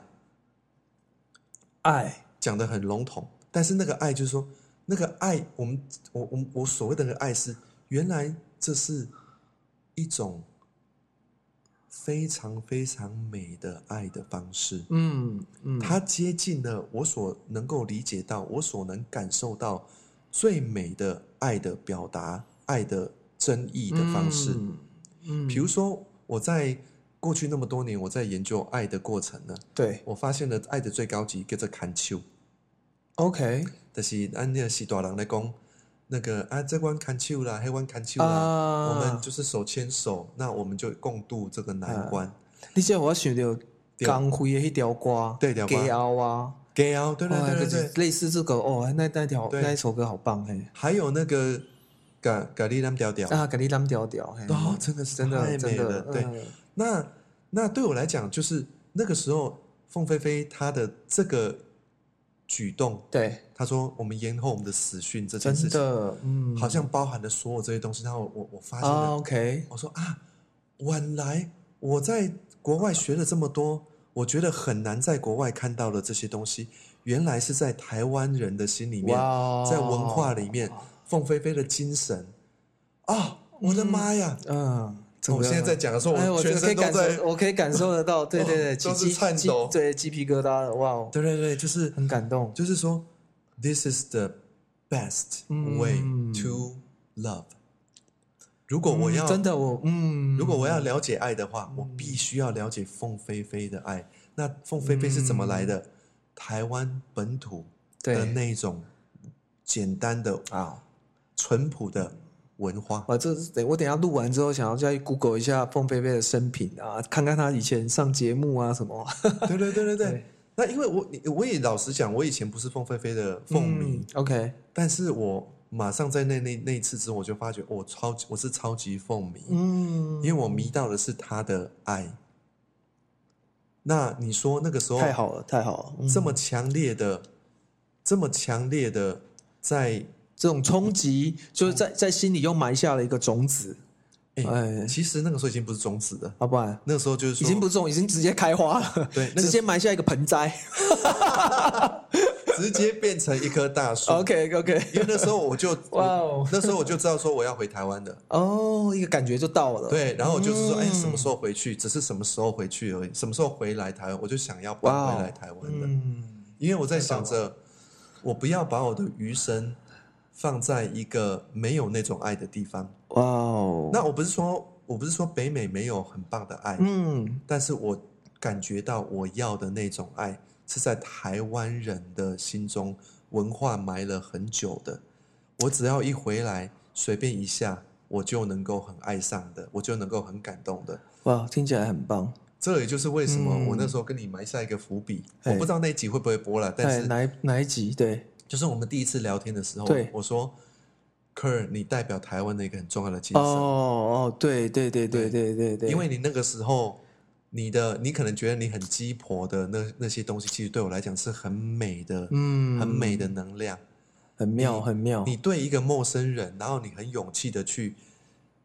Speaker 1: 爱，
Speaker 2: 讲的很笼统，但是那个爱就是说，那个爱，我们我我我所谓的那个爱是，原来这是一种非常非常美的爱的方式，
Speaker 1: 嗯嗯，
Speaker 2: 它接近了我所能够理解到，我所能感受到最美的爱的表达，爱的真意的方式。
Speaker 1: 嗯，嗯
Speaker 2: 比如说，我在过去那么多年，我在研究爱的过程呢，
Speaker 1: 对
Speaker 2: 我发现了爱的最高级叫做牵手。
Speaker 1: ，OK，
Speaker 2: 就是咱那个时大人来讲，那个啊，这关砍球啦，黑关砍球啦，
Speaker 1: 啊，
Speaker 2: 我们就是手牵手，那我们就共度这个难关。
Speaker 1: 啊你这我想到江辉的那条歌，
Speaker 2: 对条歌
Speaker 1: 歌后啊，
Speaker 2: 给啊，对对
Speaker 1: 哦
Speaker 2: 对对
Speaker 1: 就是
Speaker 2: 对，
Speaker 1: 类似这个哦，那那条
Speaker 2: 对
Speaker 1: 那一首歌好棒嘿，
Speaker 2: 还有那个咖咖喱蓝调调，
Speaker 1: 啊，给你蓝调调，嘿嗯
Speaker 2: 哦，真的是
Speaker 1: 真
Speaker 2: 太
Speaker 1: 的真
Speaker 2: 美了
Speaker 1: 的，
Speaker 2: 对，
Speaker 1: 嗯
Speaker 2: 那那对我来讲，就是那个时候，凤飞飞她的这个举动，
Speaker 1: 对，
Speaker 2: 她说我们延后我们的死讯这件事
Speaker 1: 真
Speaker 2: 情，
Speaker 1: 的，嗯，
Speaker 2: 好像包含了所有这些东西。然后我我发现
Speaker 1: 啊
Speaker 2: 了，
Speaker 1: ，OK，
Speaker 2: 我说啊，晚来我在国外学了这么多，我觉得很难在国外看到的这些东西，原来是在台湾人的心里面，
Speaker 1: 哇，
Speaker 2: 在文化里面，凤飞飞的精神啊，我的妈呀！
Speaker 1: 嗯，怎
Speaker 2: 我
Speaker 1: 么
Speaker 2: 现在在讲的时候，
Speaker 1: 哎，
Speaker 2: 我
Speaker 1: 我这个
Speaker 2: 全
Speaker 1: 可
Speaker 2: 身
Speaker 1: 以
Speaker 2: 都
Speaker 1: 感
Speaker 2: 在哦
Speaker 1: 受，我可以感受得到，对对对，
Speaker 2: 都
Speaker 1: 起鸡
Speaker 2: 是颤
Speaker 1: 鸡
Speaker 2: 抖
Speaker 1: 对，鸡皮疙瘩了，哇哦，
Speaker 2: 对对对，就是
Speaker 1: 很感动，
Speaker 2: 就是说，this is the best
Speaker 1: 嗯
Speaker 2: way to love。如果我
Speaker 1: 嗯
Speaker 2: 要、
Speaker 1: 真的我，嗯，
Speaker 2: 如果我要了解爱的话，
Speaker 1: 嗯
Speaker 2: 我必须要了解凤飞飞的爱。那凤飞飞是怎么来的？台湾本土的
Speaker 1: 嗯对，
Speaker 2: 那种简单的啊，淳朴的文化。
Speaker 1: 我这是等我等一下录完之后，想要再去 Google 一下凤飞飞的生平啊，看看她以前上节目啊什么。
Speaker 2: 对对对对对
Speaker 1: 对。
Speaker 2: 那因为我你我也老实讲，我以前不是凤飞飞的凤迷，
Speaker 1: 嗯，OK，
Speaker 2: 但是我马上在那那那一次之后，我就发觉我超级我是超级凤迷，
Speaker 1: 嗯
Speaker 2: 因为我迷到的是他的爱。那你说那个时候
Speaker 1: 太好了，太好了，嗯
Speaker 2: 这么强烈的，这么强烈的在，
Speaker 1: 这种冲击，就是在在心里又埋下了一个种子，
Speaker 2: 哎
Speaker 1: 哎，
Speaker 2: 其实那个时候已经不是种子了，
Speaker 1: 要不然
Speaker 2: 那个时候就是
Speaker 1: 已
Speaker 2: 说
Speaker 1: 经不是这种，已经直接开花了，
Speaker 2: 对，那
Speaker 1: 直
Speaker 2: 个
Speaker 1: 接埋下一个盆栽。
Speaker 2: 直接变成一棵大 树。
Speaker 1: OK OK，
Speaker 2: 因为那时候 我就
Speaker 1: 哇哦
Speaker 2: 我那时候我就知道说我要回台湾的，
Speaker 1: 哦，一个感觉就到了。，
Speaker 2: 对，然后我就是说，哎，
Speaker 1: 嗯
Speaker 2: 什么时候回去？只是什么时候回去而已，什么时候回来台湾，我就想要
Speaker 1: 哇哦
Speaker 2: 搬回来台湾的。
Speaker 1: 嗯，
Speaker 2: 因为我在想着，我不要把我的余生放在一个没有那种爱的地方。
Speaker 1: 哇哦，
Speaker 2: 那我不是说，我不是说北美没有很棒的爱，
Speaker 1: 嗯，
Speaker 2: 但是我感觉到我要的那种爱是在台湾人的心中文化埋了很久的。我只要一回来，随便一下，我就能够很爱上的，我就能够很感动的。
Speaker 1: 哇，听起来很棒。
Speaker 2: 这也就是为什么
Speaker 1: 嗯
Speaker 2: 我那时候跟你埋下一个伏笔，
Speaker 1: 哎
Speaker 2: 我不知道那一集会不会播了，但
Speaker 1: 哎，
Speaker 2: 是
Speaker 1: 哪一哪一集？对，
Speaker 2: 就是我们第一次聊天的时候
Speaker 1: 对，
Speaker 2: 我说，Kerr，你代表台湾的一个很重要的精
Speaker 1: 哦
Speaker 2: 神，
Speaker 1: 哦，对对对对对对对，
Speaker 2: 因为你那个时候，你的你可能觉得你很鸡婆的那那些东西，其实对我来讲是很美的，
Speaker 1: 嗯
Speaker 2: 很美的能量。
Speaker 1: 很妙很妙，
Speaker 2: 你对一个陌生人，然后你很勇气的去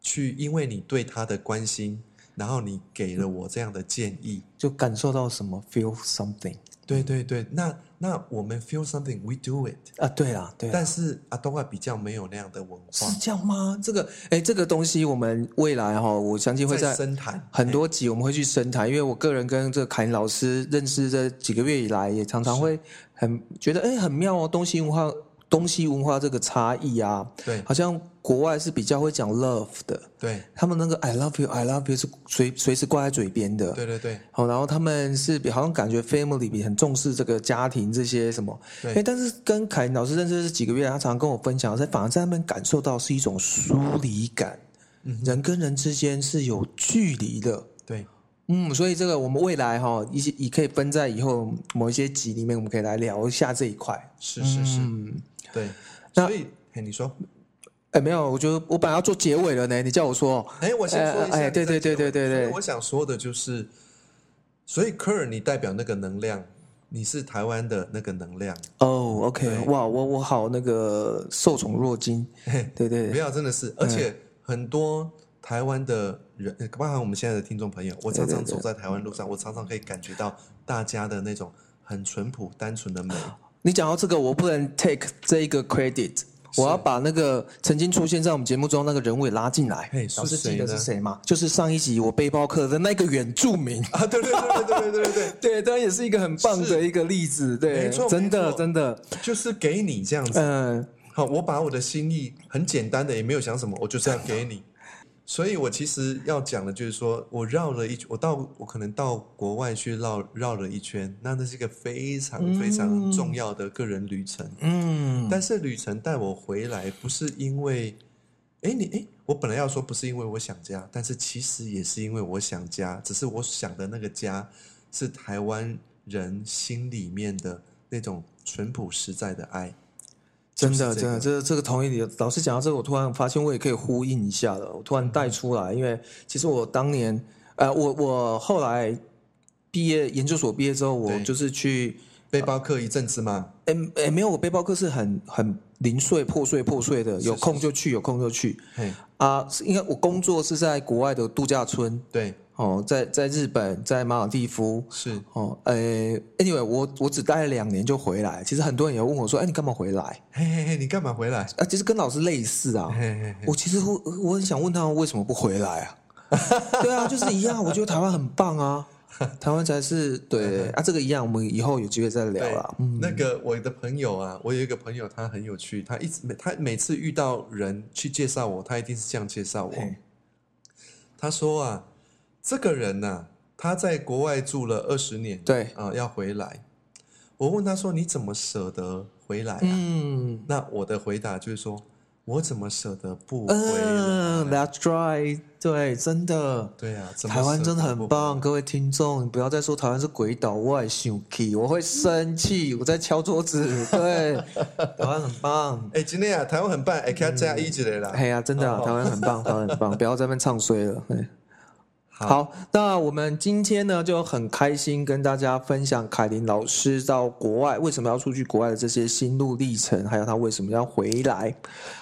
Speaker 2: 去，因为你对他的关心，然后你给了我这样的建议。
Speaker 1: 就感受到什么 feel something
Speaker 2: 对对对，那那我们 feel something, we do it。
Speaker 1: 啊？对啦对啦
Speaker 2: 但，是阿东啊比较没有那样的文化
Speaker 1: 是，这样吗？这个哎，这个东西我们未来哈，我相信会在
Speaker 2: 深谈
Speaker 1: 很多集我们会去深谈，因为我个人跟这个凯恩老师认识这几个月以来，也常常会很觉得哎很妙哦，东西文化东西文化这个差异啊，
Speaker 2: 对
Speaker 1: 好像国外是比较会讲 love 的，
Speaker 2: 对
Speaker 1: 他们那个 I love you I love you 是随随时挂在嘴边的，
Speaker 2: 对对对
Speaker 1: 好，哦然后他们是比好像感觉 family 比很重视这个家庭这些什么，
Speaker 2: 对
Speaker 1: 哎，但是跟凯老师认识这几个月，他常常跟我分享，在反而在那边感受到是一种疏离感，
Speaker 2: 嗯
Speaker 1: 人跟人之间是有距离的，
Speaker 2: 对，
Speaker 1: 嗯，所以这个我们未来哈、一些也可以分在以后某一些集里面，我们可以来聊一下这一块。
Speaker 2: 是是是，
Speaker 1: 嗯，
Speaker 2: 对。
Speaker 1: 那
Speaker 2: 所以，嘿，你说，
Speaker 1: 哎，没有，我觉得我本来要做结尾了呢，你叫我说，
Speaker 2: 哎，我先说一下，
Speaker 1: 哎哎
Speaker 2: 你再
Speaker 1: 对对对
Speaker 2: 结尾
Speaker 1: 对对对
Speaker 2: 所以我想说的就是，所以科尔你代表那个能量，你是台湾的那个能量，
Speaker 1: 哦，OK，
Speaker 2: 对
Speaker 1: 哇，我我好那个受宠若惊，对对嗯
Speaker 2: 不要真的是，而且很多台湾的人，呃包含我们现在的听众朋友，我常常
Speaker 1: 对对
Speaker 2: 走在台湾路上，我常常可以感觉到大家的那种很淳朴、单纯的 美。
Speaker 1: 你讲到这个，我不能 take 这一个 credit，我要把那个曾经出现在我们节目中那个人物也拉进来
Speaker 2: 嘿。
Speaker 1: 老师
Speaker 2: 是谁
Speaker 1: 记得
Speaker 2: 呢
Speaker 1: 是谁吗？就是上一集我背包客的那个原住民。
Speaker 2: 啊，对对对对对对对对，
Speaker 1: 对，当然也是一个很棒的一个例子，对
Speaker 2: 没错，
Speaker 1: 真
Speaker 2: 没
Speaker 1: 的
Speaker 2: 错
Speaker 1: 真的，
Speaker 2: 就是给你这样子。
Speaker 1: 嗯、
Speaker 2: 好，我把我的心意很简单的，也没有想什么，我就是要给你。所以我其实要讲的就是说，我绕了一，我到我可能到国外去绕绕了一圈，那那是一个非常非常重要的个人旅程。
Speaker 1: 嗯，
Speaker 2: 但是旅程带我回来，不是因为，哎，你哎，我本来要说不是因为我想家，但是其实也是因为我想家，只是我想的那个家是台湾人心里面的那种淳朴实在的爱。
Speaker 1: 真
Speaker 2: 就
Speaker 1: 的，
Speaker 2: 是这
Speaker 1: 真的，
Speaker 2: 个
Speaker 1: 这个这个同意你。老师讲到这个，我突然发现我也可以呼应一下了。我突然带出来，因为其实我当年，呃，我我后来毕业研究所毕业之后，我
Speaker 2: 对
Speaker 1: 就是去，
Speaker 2: 背包客一阵子嘛，
Speaker 1: 哎哎，没有，我背包客是很很零碎、破碎、破碎的，
Speaker 2: 是
Speaker 1: 有
Speaker 2: 是
Speaker 1: 空就去，有空就去
Speaker 2: 嘿，
Speaker 1: 啊。是因为我工作是在国外的度假村，
Speaker 2: 对，
Speaker 1: 哦，在在日本，在马尔蒂夫，
Speaker 2: 是，
Speaker 1: 哦，呃，anyway，我我只待了两年就回来。其实很多人也问我说，哎，你干嘛回来？
Speaker 2: 嘿嘿嘿，你干嘛回来？
Speaker 1: 啊，其实跟老师类似啊。
Speaker 2: 嘿嘿嘿，
Speaker 1: 我其实我我很想问他们为什么不回来啊？ 对啊，就是一样，我觉得台湾很棒啊，台湾才是对啊，这个一样，我们以后有机会再聊
Speaker 2: 嗯对
Speaker 1: 啦。嗯，
Speaker 2: 那个我的朋友啊，我有一个朋友，他很有趣，他一直每他每次遇到人去介绍我，他一定是这样介绍我
Speaker 1: 嘿。
Speaker 2: 他说啊，这个人呐、他在国外住了二十年，
Speaker 1: 对，
Speaker 2: 啊、要回来。我问他说：“你怎么舍得回来啊？”
Speaker 1: 嗯
Speaker 2: 那我的回答就是说：“我怎么舍得不回
Speaker 1: 嗯
Speaker 2: 来？”
Speaker 1: ，That's right，对，真的。
Speaker 2: 对啊，怎么
Speaker 1: 台湾真的
Speaker 2: 舍得不
Speaker 1: 很
Speaker 2: 回来
Speaker 1: 棒，各位听众，你不要再说台湾是鬼岛外想去，我会生气，我在敲桌子。 对，台湾很棒，
Speaker 2: 哎，今天啊，台湾很棒，哎，给他加一起来啦。
Speaker 1: 哎呀，真的啊、台湾很棒，台湾很棒，不要在那边唱衰了。嘿
Speaker 2: 好，
Speaker 1: 好，那我们今天呢就很开心跟大家分享凯琳老师到国外为什么要出去国外的这些心路历程，还有他为什么要回来。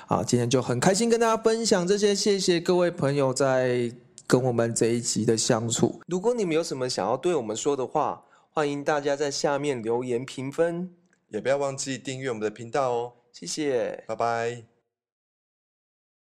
Speaker 1: 啊，今天就很开心跟大家分享这些，谢谢各位朋友在跟我们这一集的相处。如果你们有什么想要对我们说的话，欢迎大家在下面留言评分，
Speaker 2: 也不要忘记订阅我们的频道哦，
Speaker 1: 谢谢。
Speaker 2: 拜拜。